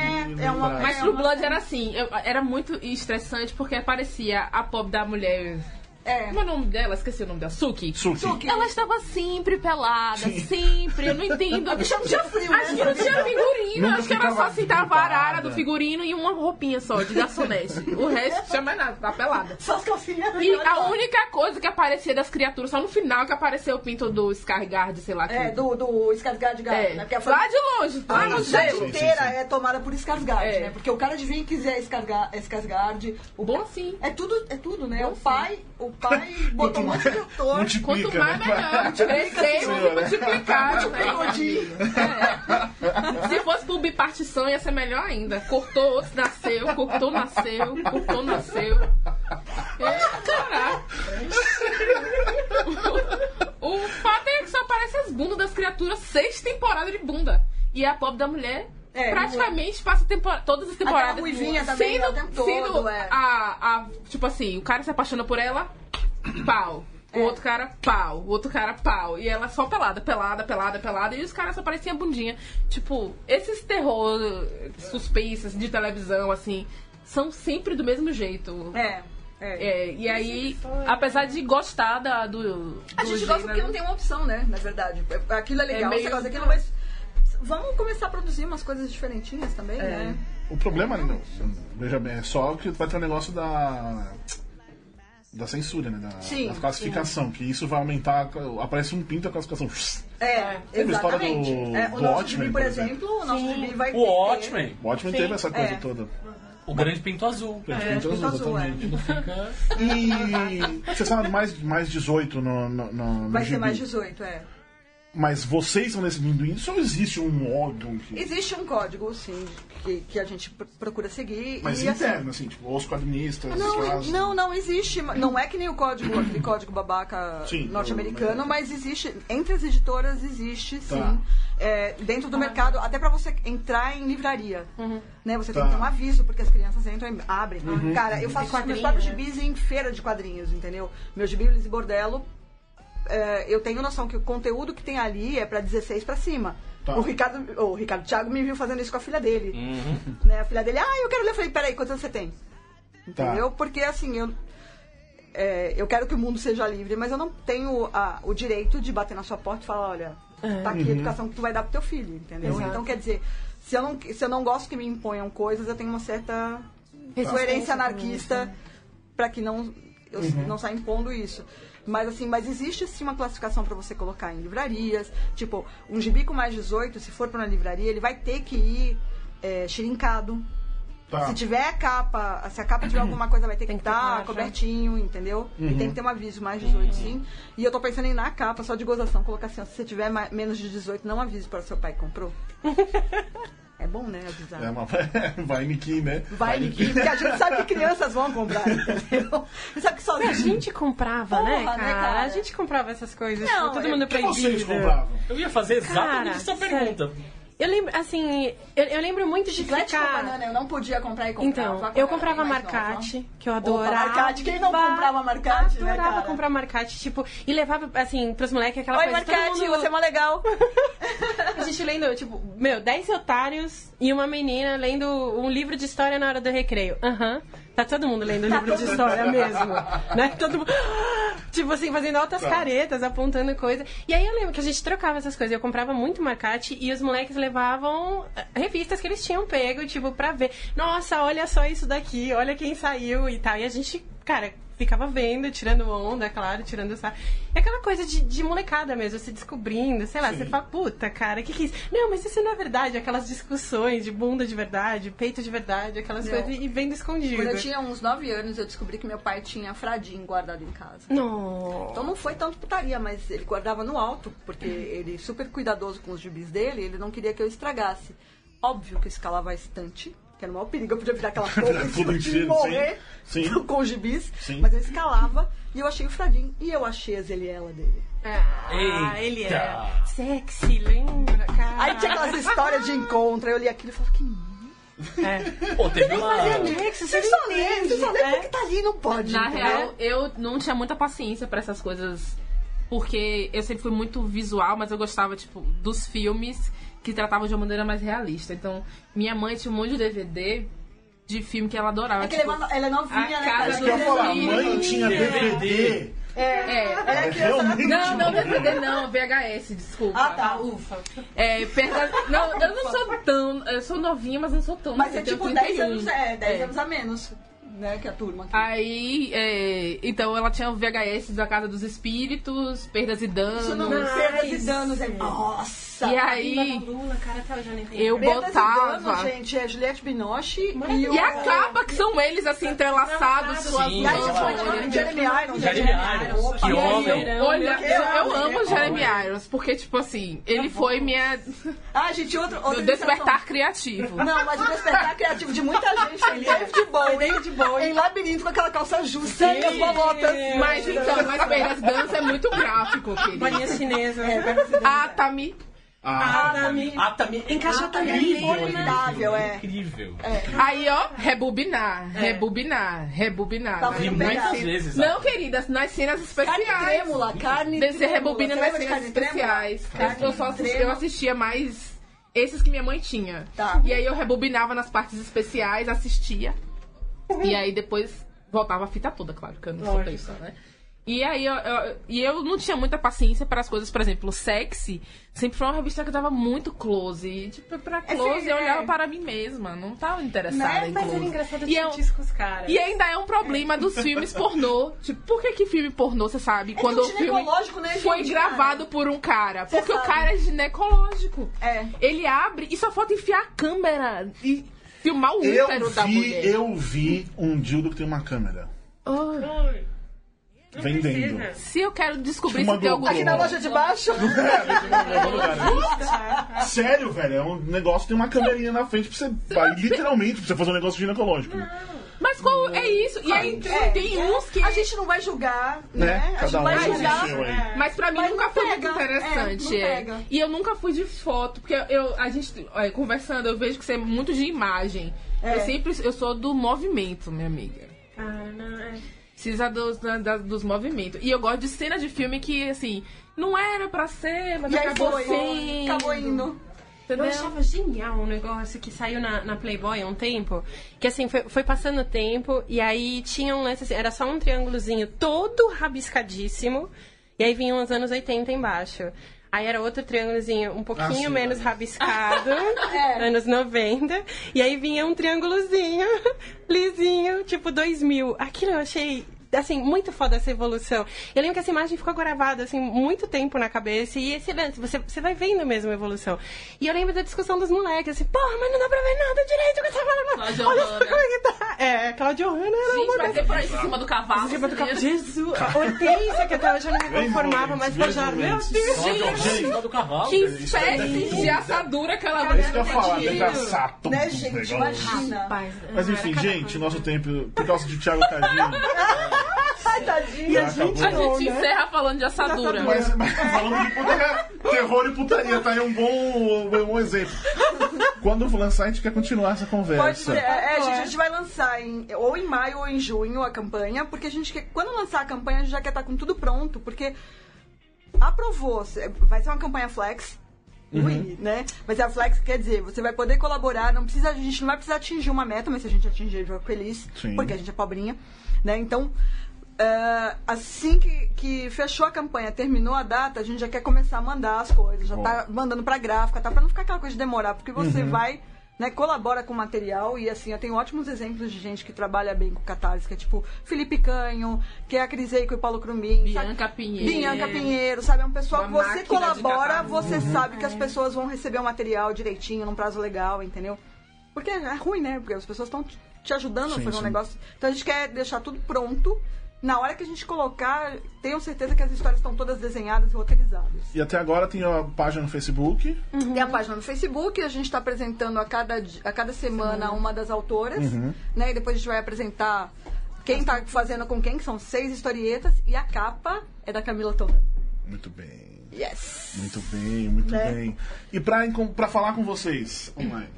Speaker 6: é uma-
Speaker 2: lembrar.
Speaker 7: Mas
Speaker 6: É
Speaker 7: True
Speaker 6: uma-
Speaker 7: Blood era assim, eu- era muito estressante porque aparecia a pobre da mulher.
Speaker 6: É.
Speaker 7: Como é o nome dela? Esqueci o nome dela. Suki.
Speaker 2: Suki.
Speaker 6: Suki.
Speaker 7: Ela estava sempre pelada, sempre. Eu não entendo. Acho
Speaker 6: bicha não tinha frio, né?
Speaker 7: Acho que não tinha figurino.
Speaker 2: Nunca
Speaker 7: Acho que era
Speaker 2: ficava
Speaker 7: só assim, tava a arara do
Speaker 2: desmontada.
Speaker 7: figurino e uma roupinha só, de garçonete. O resto não tinha mais nada, tá pelada.
Speaker 6: Só as calcinhas.
Speaker 7: E a única coisa que aparecia das criaturas, só no final que apareceu o pinto do Scargard, sei lá. que-
Speaker 6: É, do, do Skarsgård Gato,
Speaker 7: É,
Speaker 6: né? Porque a Ah, fam-
Speaker 7: lá de longe,
Speaker 6: A
Speaker 7: lá no
Speaker 6: cidade
Speaker 7: gelo.
Speaker 6: inteira é tomada por Skarsgård,
Speaker 7: É.
Speaker 6: né? Porque o cara de Vinks é Skarsgård, é Skarsgård. O
Speaker 7: Bom assim. sim.
Speaker 6: É tudo, é tudo, né?
Speaker 7: Bom
Speaker 6: o
Speaker 7: sim.
Speaker 6: pai, o pai botou um monte de ator.
Speaker 2: Multiplica,
Speaker 7: Quanto mais,
Speaker 2: né?
Speaker 7: melhor. Crescemos e multiplicamos. né? É. Se fosse por bipartição, ia ser melhor ainda. Cortou, outro nasceu, cortou, nasceu, cortou, nasceu. É, caraca. O, o fato é que só aparece as bundas das criaturas seis temporadas de bunda. E a pobre da mulher...
Speaker 6: É,
Speaker 7: praticamente passa tempora- todas as temporadas.
Speaker 6: Aquela ruivinha também,
Speaker 7: sendo,
Speaker 6: é o tempo todo,
Speaker 7: sendo
Speaker 6: é.
Speaker 7: a, a- Tipo assim, o cara se apaixona por ela, pau.
Speaker 6: É.
Speaker 7: O outro cara, pau. O outro cara, pau. E ela só pelada, pelada, pelada, pelada. E os caras só pareciam bundinha. Tipo, esses terror suspeitos de televisão, assim, são sempre do mesmo jeito.
Speaker 6: É, é.
Speaker 7: É, e aí, apesar de gostar da, do.
Speaker 6: A
Speaker 7: do
Speaker 6: gente gosta
Speaker 7: gênero-
Speaker 6: porque não tem uma opção, né? Na verdade. Aquilo é legal,
Speaker 7: É meio-
Speaker 6: você gosta daquilo, mas... Vamos começar a produzir umas coisas diferentinhas também, né?
Speaker 2: O problema, não, veja bem, é só que vai ter o negócio da. Da censura, né? Da,
Speaker 6: Sim,
Speaker 2: da classificação, que isso vai aumentar. Aparece um pinto a classificação.
Speaker 6: É,
Speaker 2: Lembra a história do-
Speaker 6: exatamente. é, o
Speaker 2: do
Speaker 6: nosso
Speaker 2: Watchmen,
Speaker 6: gibi,
Speaker 2: por
Speaker 6: por
Speaker 2: exemplo?
Speaker 6: exemplo, o nosso gibi vai
Speaker 1: O
Speaker 6: ter-
Speaker 1: Watchmen,
Speaker 2: O Watchmen
Speaker 6: Sim,
Speaker 2: teve essa coisa
Speaker 6: é.
Speaker 2: toda.
Speaker 1: o grande pinto azul.
Speaker 2: Pinto azul,
Speaker 6: pinto azul, é.
Speaker 2: exatamente.
Speaker 1: Fica-
Speaker 2: E você sabe mais, mais 18 no, no, no, no
Speaker 6: Vai
Speaker 2: gibi.
Speaker 6: ser mais 18, é.
Speaker 2: Mas vocês estão decidindo isso ou existe um órgão que.
Speaker 6: Existe um código, sim, que, que a gente pr- procura seguir.
Speaker 2: Mas
Speaker 6: e, assim,
Speaker 2: interno, assim, tipo, os quadrinistas,
Speaker 6: Não, é-
Speaker 2: as-
Speaker 6: não, né? não existe. Não é que nem o código, aquele código babaca
Speaker 2: Sim,
Speaker 6: norte-americano,
Speaker 2: o-
Speaker 6: mas existe. Entre as editoras existe, sim.
Speaker 2: Tá.
Speaker 6: É, dentro
Speaker 7: Ah.
Speaker 6: do mercado, até pra você entrar em livraria.
Speaker 7: Uhum.
Speaker 6: Né, você
Speaker 2: Tá. Uhum.
Speaker 6: tem que ter um aviso, porque as crianças entram e abrem. Cara, eu faço meus
Speaker 7: quadrinho,
Speaker 6: próprios
Speaker 7: né?
Speaker 6: gibis em feira de quadrinhos, entendeu? Meu gibi Liz Bordello. é, eu tenho noção que o conteúdo que tem ali é pra 16 pra cima.
Speaker 2: Tá.
Speaker 6: O Ricardo, o Ricardo Thiago me viu fazendo isso com a filha dele.
Speaker 2: Uhum.
Speaker 6: Né, a filha dele, ah, eu quero ler. Eu falei, peraí, quantos anos você tem?
Speaker 2: Tá.
Speaker 6: Entendeu? Porque assim, eu, é, eu quero que o mundo seja livre, mas eu não tenho a- o direito de bater na sua porta e falar, olha, tá aqui a educação que tu vai dar pro teu filho, entendeu? Então quer dizer, se eu, não, se eu não gosto que me imponham coisas, eu tenho uma certa coerência anarquista pra que não eu não saia impondo isso. Mas assim, mas existe sim uma classificação pra você colocar em livrarias, tipo, um gibi com mais 18, se for pra uma livraria, ele vai ter que ir é, xirincado,
Speaker 2: Tá.
Speaker 6: se tiver a capa, se a capa tiver alguma coisa, vai ter que
Speaker 7: Tem que ter
Speaker 6: estar
Speaker 7: caixa.
Speaker 6: cobertinho, entendeu? E
Speaker 2: Uhum.
Speaker 6: tem que ter um aviso mais 18, sim. E eu tô pensando em na capa, só de gozação, colocar assim, ó, se você tiver ma- menos de 18, não avise para o seu pai que comprou. é bom, né, avisar.
Speaker 2: É uma... Vai Niki, né?
Speaker 6: Vai, Niki, porque a gente sabe que crianças vão comprar, entendeu? Você sabe que sozinho...
Speaker 5: A gente comprava, né,
Speaker 6: Porra, né,
Speaker 5: cara?
Speaker 6: cara?
Speaker 5: A gente comprava essas coisas.
Speaker 6: Não,
Speaker 5: tipo, todo
Speaker 6: eu-
Speaker 5: mundo
Speaker 2: Vocês
Speaker 5: proibido.
Speaker 2: compravam.
Speaker 1: Eu ia fazer exatamente
Speaker 5: Cara,
Speaker 1: essa
Speaker 5: sério.
Speaker 1: pergunta.
Speaker 5: Eu lembro, assim, eu, eu lembro muito de
Speaker 6: Chiclete com
Speaker 5: ficar...
Speaker 6: banana, eu não podia comprar e comprar.
Speaker 5: Então, eu comprava marcate, que eu adorava.
Speaker 6: marcate, quem não comprava marcate, né,
Speaker 5: Adorava
Speaker 6: cara?
Speaker 5: comprar marcate, tipo, e levava, assim, pros moleques aquela
Speaker 6: Oi,
Speaker 5: coisa... todo
Speaker 6: marcate,
Speaker 5: mundo-
Speaker 6: você é mó legal.
Speaker 5: A gente lendo, tipo, meu, 10 otários e uma menina lendo um livro de história na hora do recreio. Aham. Tá todo mundo lendo livro de história mesmo. Né? Todo mundo. Tipo assim, fazendo altas caretas, apontando coisa. E aí eu lembro que a gente trocava essas coisas. Eu comprava muito marcate e os moleques levavam eh, revistas que eles tinham pego, tipo, pra ver. Nossa, olha só isso daqui, olha quem saiu e tal. E a gente, cara, ficava vendo, tirando onda, claro, tirando essa. É aquela coisa de, de molecada mesmo, se descobrindo, sei lá, você fala, puta, cara, o que, que é isso? Não, mas isso não é verdade, aquelas discussões de bunda de verdade, peito de verdade, aquelas
Speaker 6: Não.
Speaker 5: coisas e vendo escondido.
Speaker 6: Quando eu tinha uns 9 anos, eu descobri que meu pai tinha fradim guardado em casa.
Speaker 5: Não.
Speaker 6: Então não foi tanto putaria, mas ele guardava no alto, porque ele super cuidadoso com os gibis dele, ele não queria que eu estragasse. Óbvio que escalava a estante, que era o maior perigo, eu podia virar aquela porra em
Speaker 2: Tudo
Speaker 6: cima de
Speaker 2: inteiro,
Speaker 6: morrer
Speaker 2: sim. Sim.
Speaker 6: com os gibis,
Speaker 2: Sim.
Speaker 6: mas eu escalava e eu achei o Fradim e eu achei a Zeliela dele.
Speaker 5: Ah, ele é sexy, lembra, cara?
Speaker 6: Aí tinha aquelas histórias de encontro, aí eu li aquilo e falava que
Speaker 1: Pô, teve uma...
Speaker 5: Anexo,
Speaker 6: você
Speaker 5: você
Speaker 6: só
Speaker 5: não
Speaker 6: lê,
Speaker 5: entende,
Speaker 6: você só lê
Speaker 5: né?
Speaker 6: porque tá ali, não pode.
Speaker 7: Na
Speaker 6: entendeu? É
Speaker 7: real, eu não tinha muita paciência pra essas coisas. Porque eu sempre fui muito visual, mas eu gostava, tipo, dos filmes que tratavam de uma maneira mais realista. Então, minha mãe tinha um monte de DVD de filme que ela adorava.
Speaker 6: É que ele é
Speaker 7: tipo,
Speaker 6: uma- ela é novinha,
Speaker 7: a
Speaker 6: né?
Speaker 7: casa
Speaker 6: cara?
Speaker 2: Isso que eu ia falar, a mãe tinha DVD.
Speaker 7: é,
Speaker 6: Ela é criança, né?
Speaker 2: Realmente.
Speaker 7: Não, não é DVD não, VHS, desculpa.
Speaker 6: Ah, tá, ufa.
Speaker 7: É, perda... Não, eu não sou tão. Eu sou novinha, mas não sou tão.
Speaker 6: Mas
Speaker 7: eu
Speaker 6: é
Speaker 7: tenho
Speaker 6: tipo 10
Speaker 7: 31.
Speaker 6: anos, é, 10
Speaker 7: É.
Speaker 6: anos a menos, né, que a turma. aqui.
Speaker 7: Aí, é, então ela tinha o VHS da Casa dos Espíritos, Perdas e Danos.
Speaker 6: Isso não perdas e danos, é. Nossa!
Speaker 7: E aí,
Speaker 5: Lula, cara, tá, eu já nem
Speaker 7: eu
Speaker 6: Perdas e danos,
Speaker 7: botava.
Speaker 6: gente, é Juliette Binoche e o.
Speaker 7: E acaba que são eles assim, entrelaçados,
Speaker 5: Sim,
Speaker 7: suas
Speaker 1: sim.
Speaker 6: E aí você põe
Speaker 1: Jeremy
Speaker 6: o nome de
Speaker 7: mãos.
Speaker 6: Jeremy Irons.
Speaker 1: Jeremy Irons. Que
Speaker 7: E aí
Speaker 1: homem.
Speaker 7: eu, olha,
Speaker 6: Meu Deus.
Speaker 7: eu amo Jeremy Irons, porque, tipo assim, ele foi minha,
Speaker 6: Ah, gente, outro. outro
Speaker 7: meu despertar criativo.
Speaker 6: Não, mas o despertar criativo de muita gente foi David Bowie. David Bowie. Em labirinto com aquela calça justa e as bolotas.
Speaker 7: Mas então, mas Perdas e Danos é muito gráfico, querido. tá
Speaker 5: Maninha chinesa.
Speaker 7: Ah, Atami, tá
Speaker 1: Ah,
Speaker 5: Atami.
Speaker 1: Atami. Ah,
Speaker 5: Encaixa a Tami
Speaker 1: tá Incrível,
Speaker 5: ali,
Speaker 6: formidável, é.
Speaker 1: Incrível.
Speaker 7: aí ó, rebobinar, rebobinar, rebobinar.
Speaker 6: Tá
Speaker 1: E
Speaker 6: muito
Speaker 1: muitas
Speaker 6: Obrigada. Tá
Speaker 1: vezes.
Speaker 7: Não, queridas, nas cenas
Speaker 6: Carne
Speaker 7: especiais.
Speaker 6: trêmula, carne.
Speaker 7: Desse
Speaker 6: trêmula.
Speaker 7: rebobina
Speaker 6: Você
Speaker 7: nas
Speaker 6: lembra de
Speaker 7: cenas
Speaker 6: carne trêmula?
Speaker 7: especiais.
Speaker 6: Carne
Speaker 7: Eu, só assisti- eu
Speaker 6: trêmula.
Speaker 7: assistia mais esses que minha mãe tinha.
Speaker 6: Tá.
Speaker 7: E aí eu rebobinava nas partes especiais, assistia. E aí depois voltava a fita toda, claro, que eu não sou isso, né? E aí eu, eu- e eu não tinha muita paciência para as coisas, por exemplo, sexy sempre foi uma revista que eu tava muito close. E, tipo, pra close
Speaker 6: sim,
Speaker 7: eu
Speaker 6: é.
Speaker 7: olhava para mim mesma. Não tava interessada
Speaker 5: Né?
Speaker 7: em
Speaker 5: Mas era
Speaker 7: close.
Speaker 5: engraçado
Speaker 7: E é um eu-
Speaker 5: discutir com os caras.
Speaker 7: e ainda é um problema dos filmes pornô. Tipo, por que que filme pornô, você sabe? quando
Speaker 6: tão
Speaker 7: o filme
Speaker 6: É ginecológico, né,
Speaker 7: foi
Speaker 6: gente,
Speaker 7: gravado por um cara. Porque o
Speaker 6: sabe.
Speaker 7: cara é ginecológico.
Speaker 6: É.
Speaker 7: Ele abre e só falta enfiar a câmera e filmar o
Speaker 6: é
Speaker 7: útero
Speaker 2: Eu
Speaker 7: da
Speaker 2: vi,
Speaker 7: mulher.
Speaker 2: eu vi um dildo que tem uma câmera.
Speaker 7: Ah,
Speaker 2: vendendo.
Speaker 7: se eu quero descobrir
Speaker 2: Uma
Speaker 7: se tem
Speaker 2: do-
Speaker 7: algum...
Speaker 6: É.
Speaker 7: tipo-
Speaker 6: Aqui na loja de baixo.
Speaker 5: Tá.
Speaker 6: Ah.
Speaker 2: Sério, velho, é um negócio que tem uma câmerinha na frente pra você. vai, literalmente, pra você fazer um negócio ginecológico.
Speaker 7: Mas qual é isso? E aí
Speaker 6: É,
Speaker 7: tem
Speaker 6: é.
Speaker 7: uns que...
Speaker 6: A gente não vai julgar, né?
Speaker 2: Né?
Speaker 6: A gente
Speaker 2: Cada um
Speaker 6: não vai
Speaker 2: faz o
Speaker 6: julgar.
Speaker 2: seu aí.
Speaker 7: Mas pra mim
Speaker 6: Mas
Speaker 7: nunca
Speaker 6: não
Speaker 7: foi
Speaker 6: pega,
Speaker 7: muito interessante.
Speaker 6: é, não
Speaker 7: é.
Speaker 6: pega.
Speaker 7: E eu nunca fui de foto, porque eu, a gente, olha, conversando, eu vejo que você é muito de imagem.
Speaker 6: É.
Speaker 7: Eu sempre eu sou do movimento, minha amiga.
Speaker 5: Ah, não, é.
Speaker 7: Precisa dos, né, da- da- dos movimentos. E eu gosto de cena de filme que, assim, não era pra ser, mas
Speaker 6: E aí
Speaker 7: acabou
Speaker 6: foi.
Speaker 7: sendo.
Speaker 6: Acabou indo.
Speaker 5: Eu
Speaker 7: Entendeu?
Speaker 5: achava genial um negócio que saiu na, na Playboy há um tempo. Que assim, foi, foi passando o tempo e aí tinha um lance assim, era só um triângulozinho todo rabiscadíssimo. E aí vinham os anos 80 embaixo. Aí era outro triângulozinho um pouquinho
Speaker 2: sim,
Speaker 5: menos
Speaker 2: é.
Speaker 5: rabiscado, anos 90. E aí vinha um triângulozinho lisinho, tipo 2000. Aquilo eu achei, assim, muito foda essa evolução. Eu lembro que essa imagem ficou gravada, assim, muito tempo na cabeça. E esse lance, você, você vai vendo mesmo a evolução. E eu lembro da discussão dos moleques, assim, porra, mas não dá pra ver nada direito com essa
Speaker 7: Cláudia
Speaker 5: palavra. Olha só
Speaker 7: Hanna.
Speaker 5: como é que tá. É, Cláudia Hanna era
Speaker 7: Gente,
Speaker 5: uma
Speaker 7: vai
Speaker 5: das...
Speaker 7: ter por isso em cima do cavalo. né?
Speaker 5: Tipo, do cap- Jesus, a Hortência, que até hoje eu não me conformava, mas eu já, meu
Speaker 2: Visualmente,
Speaker 5: Deus.
Speaker 2: visualmente.
Speaker 1: Só do cavalo.
Speaker 7: Que
Speaker 2: Isso é
Speaker 7: espécie de
Speaker 2: linda.
Speaker 7: assadura que ela
Speaker 2: É isso que eu ia falar, né? Tá sapo.
Speaker 6: Né,
Speaker 2: do
Speaker 6: gente?
Speaker 2: negócio.
Speaker 6: Imagina.
Speaker 5: Rapaz,
Speaker 2: Mas
Speaker 5: não, era
Speaker 2: enfim,
Speaker 5: cada
Speaker 2: gente,
Speaker 5: coisa.
Speaker 2: nosso tempo, por causa de Thiago Cardinho,
Speaker 6: Ai, tadinho.
Speaker 2: Já acabou.
Speaker 7: A gente né? encerra falando de assadura.
Speaker 2: Mas, tá mas falando de putaria, terror e putaria, tá aí um bom, um bom exemplo. Quando eu vou lançar, a gente quer continuar essa
Speaker 6: Pode
Speaker 2: conversa.
Speaker 6: ser. É, é, gente, a gente vai lançar em, ou em maio ou em junho a campanha, porque a gente quer, quando lançar a campanha, a gente já quer estar com tudo pronto, porque aprovou, se- vai ser uma campanha flex. Ui, né? Mas a flex quer dizer, você vai poder colaborar, não precisa, a gente não vai precisar atingir uma meta, mas se a gente atingir, a gente vai ficar feliz,
Speaker 2: Sim.
Speaker 6: porque a gente é pobrinha, né? Então, ah, assim que, que fechou a campanha, terminou a data, a gente já quer começar a mandar as coisas, já tá mandando pra gráfica, tá? Pra não ficar aquela coisa de demorar, porque você vai, né, colabora com o material e assim, eu tenho ótimos exemplos de gente que trabalha bem com catarse, que é tipo Felipe Canho, que é a Criseico e o Paulo Crumin, sabe?
Speaker 7: Bianca Pinheiro.
Speaker 6: Bianca Pinheiro, sabe? É um pessoal que
Speaker 7: Uma
Speaker 6: você
Speaker 7: máquina de
Speaker 6: colabora,
Speaker 7: catarse.
Speaker 6: você
Speaker 2: Uhum.
Speaker 6: sabe que as pessoas vão receber o material direitinho, num prazo legal, entendeu? Porque é ruim, né? Porque as pessoas estão te ajudando a
Speaker 2: Sim,
Speaker 6: fazer um
Speaker 2: sim.
Speaker 6: negócio. Então a gente quer deixar tudo pronto. Na hora que a gente colocar, tenham certeza que as histórias estão todas desenhadas e roteirizadas.
Speaker 2: E até agora tem a página no Facebook.
Speaker 6: Tem a página no Facebook, a gente está apresentando a cada, di- a cada semana uma das autoras,
Speaker 2: Uhum.
Speaker 6: né? E depois a gente vai apresentar quem tá fazendo com quem, que são seis historietas, e a capa é da Camila Torrano.
Speaker 2: Muito bem,
Speaker 6: Yes!
Speaker 2: muito bem, muito
Speaker 6: Né?
Speaker 2: bem. E pra, encon- pra falar com vocês online.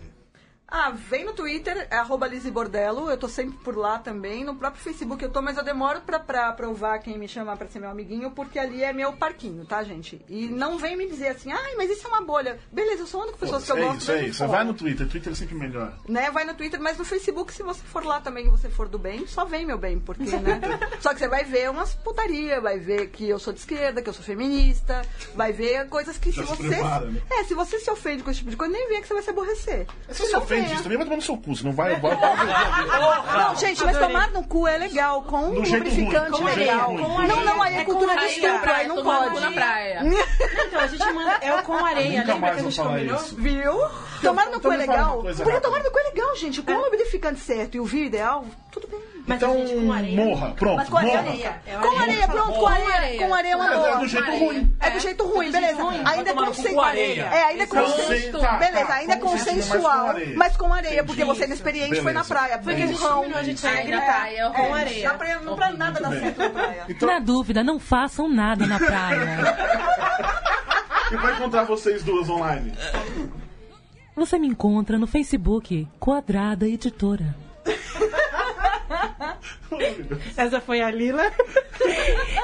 Speaker 6: Ah, vem no Twitter, é arroba Lizzy Bordello, eu tô sempre por lá também. No próprio Facebook eu tô, mas eu demoro pra, pra provar quem me chamar pra ser meu amiguinho, porque ali é meu parquinho, tá, gente? E não vem me dizer assim, ai, mas isso é uma bolha. Beleza, eu sou andando com pessoas que eu
Speaker 2: é
Speaker 6: gosto.
Speaker 2: isso,
Speaker 6: mas
Speaker 2: é
Speaker 6: eu
Speaker 2: isso.
Speaker 6: não
Speaker 2: Vai
Speaker 6: falo.
Speaker 2: no Twitter, Twitter é sempre melhor.
Speaker 6: Né? Vai no Twitter, mas no Facebook, se você for lá também e você for do bem, só vem, meu bem, porque, né? só que você vai ver umas putaria, vai ver que eu sou de esquerda, que eu sou feminista, vai ver coisas que
Speaker 2: Já
Speaker 6: se
Speaker 2: se
Speaker 6: você.
Speaker 2: prepara, né? É,
Speaker 6: É, se você se ofende com esse tipo de coisa, nem vê que você vai se aborrecer.
Speaker 2: Se você
Speaker 6: Não
Speaker 2: ofende
Speaker 8: né?
Speaker 6: venha.
Speaker 2: isso também, vai tomar no seu cu, você não vai. vai, vai
Speaker 6: Não, gente, mas tomar no cu é legal, com um
Speaker 2: Do jeito
Speaker 6: lubrificante
Speaker 2: ruim, do jeito
Speaker 6: legal.
Speaker 2: ruim.
Speaker 6: Não, não, aí é
Speaker 8: É
Speaker 6: cultura
Speaker 8: com
Speaker 6: de
Speaker 8: raiz
Speaker 7: Aí na
Speaker 6: esquerda, aí
Speaker 7: praia,
Speaker 6: tá, não
Speaker 7: tomar no cu na
Speaker 6: pode.
Speaker 7: praia.
Speaker 8: Então, a gente manda. É o com areia,
Speaker 2: nunca
Speaker 8: lembra
Speaker 2: mais
Speaker 8: que a
Speaker 2: vou
Speaker 8: gente
Speaker 2: falar
Speaker 8: combinou?
Speaker 2: isso.
Speaker 6: Viu? Tomar no
Speaker 2: Então
Speaker 6: cu é
Speaker 2: me fala uma
Speaker 6: legal.
Speaker 2: coisa
Speaker 6: Porque
Speaker 2: rápida.
Speaker 6: tomar no cu é legal, gente. Com o lubrificante certo e o vinho ideal, tudo bem.
Speaker 8: Mas a
Speaker 2: Então,
Speaker 8: gente com areia.
Speaker 2: morra, pronto.
Speaker 8: Mas com areia,
Speaker 2: morra.
Speaker 8: areia. É
Speaker 6: Com areia, pronto, com areia. Com areia é uma
Speaker 2: É
Speaker 6: boa.
Speaker 2: do jeito
Speaker 7: Maria.
Speaker 2: ruim.
Speaker 6: É do jeito ruim, beleza. Ainda é
Speaker 1: tomar no cu com
Speaker 6: consensual.
Speaker 1: areia.
Speaker 6: É, ainda é
Speaker 2: Consen-
Speaker 6: consensual.
Speaker 2: tá,
Speaker 6: Beleza,
Speaker 2: tá,
Speaker 6: ainda é
Speaker 2: consensual, mas com
Speaker 6: consensual,
Speaker 2: areia.
Speaker 6: mas com areia, porque
Speaker 2: Entendi.
Speaker 6: você é inexperiente, foi
Speaker 2: Beleza.
Speaker 6: na praia.
Speaker 8: Foi que a gente
Speaker 6: Burrão.
Speaker 8: combinou, a gente vai
Speaker 7: Ai,
Speaker 8: gritar.
Speaker 7: gritar, é com areia.
Speaker 6: Na praia não pra nada dá certo na praia.
Speaker 2: Então,
Speaker 3: Na dúvida, não façam nada na praia.
Speaker 2: e vai encontrar vocês duas online.
Speaker 1: É.
Speaker 3: Você me encontra no Facebook Quadrada Editora.
Speaker 8: Essa foi a Lila.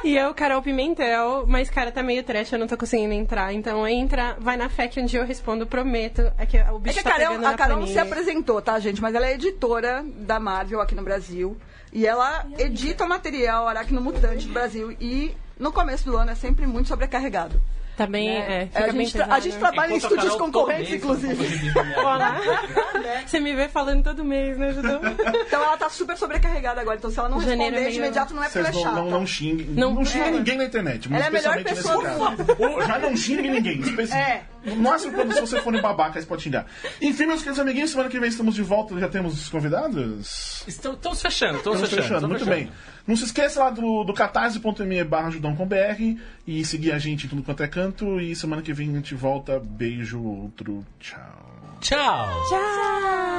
Speaker 5: E eu, Carol Pimentel, mas cara, tá meio trash, eu não tô conseguindo entrar. Então entra, vai na fé que um dia eu respondo, prometo. É que o
Speaker 6: É
Speaker 5: bicho
Speaker 6: que a
Speaker 5: tá pegando
Speaker 6: Carol,
Speaker 5: na
Speaker 6: a Carol não
Speaker 5: Panini.
Speaker 6: se apresentou, tá, gente? Mas ela é editora da Marvel aqui no Brasil. E ela
Speaker 5: é
Speaker 6: edita material Aracno Mutante do Brasil. E no começo do ano é sempre muito sobrecarregado.
Speaker 5: Tá bem, é, fica
Speaker 6: a,
Speaker 5: bem
Speaker 6: gente tra-
Speaker 5: pesado.
Speaker 6: a gente tá- trabalha em
Speaker 1: Enquanto a
Speaker 6: estúdios
Speaker 1: Carol né?
Speaker 6: concorrentes,
Speaker 1: todo mês,
Speaker 6: inclusive.
Speaker 5: Olá. Você me vê falando todo mês, né, Judô?
Speaker 6: Então ela tá super sobrecarregada agora. Então se ela não
Speaker 5: Janeiro é
Speaker 6: responder de
Speaker 5: meio-
Speaker 6: imediato, não é porque
Speaker 2: Vocês
Speaker 6: ela é
Speaker 2: não,
Speaker 6: chata.
Speaker 2: não, não xinguem. Não,
Speaker 5: Não-
Speaker 2: xinguem
Speaker 5: é.
Speaker 2: ninguém na internet, mas
Speaker 6: Ela é a melhor
Speaker 2: especialmente nesse
Speaker 6: pessoa. É.
Speaker 2: caso. Ou já não xingue ninguém. especi- No máximo, quando se você for um babaca, você pode xingar. Enfim, meus queridos amiguinhos, semana que vem estamos de volta. Já temos os convidados?
Speaker 1: Estamos fechando, estamos fechando.
Speaker 2: Estamos fechando,
Speaker 1: estamos
Speaker 2: muito
Speaker 1: fechando.
Speaker 2: bem. Não se esqueça lá do, do catarse.me barra Judão com BR e seguir a gente em tudo quanto é canto. E semana que vem a gente volta. Beijo, outro, tchau.
Speaker 1: Tchau.
Speaker 8: Tchau!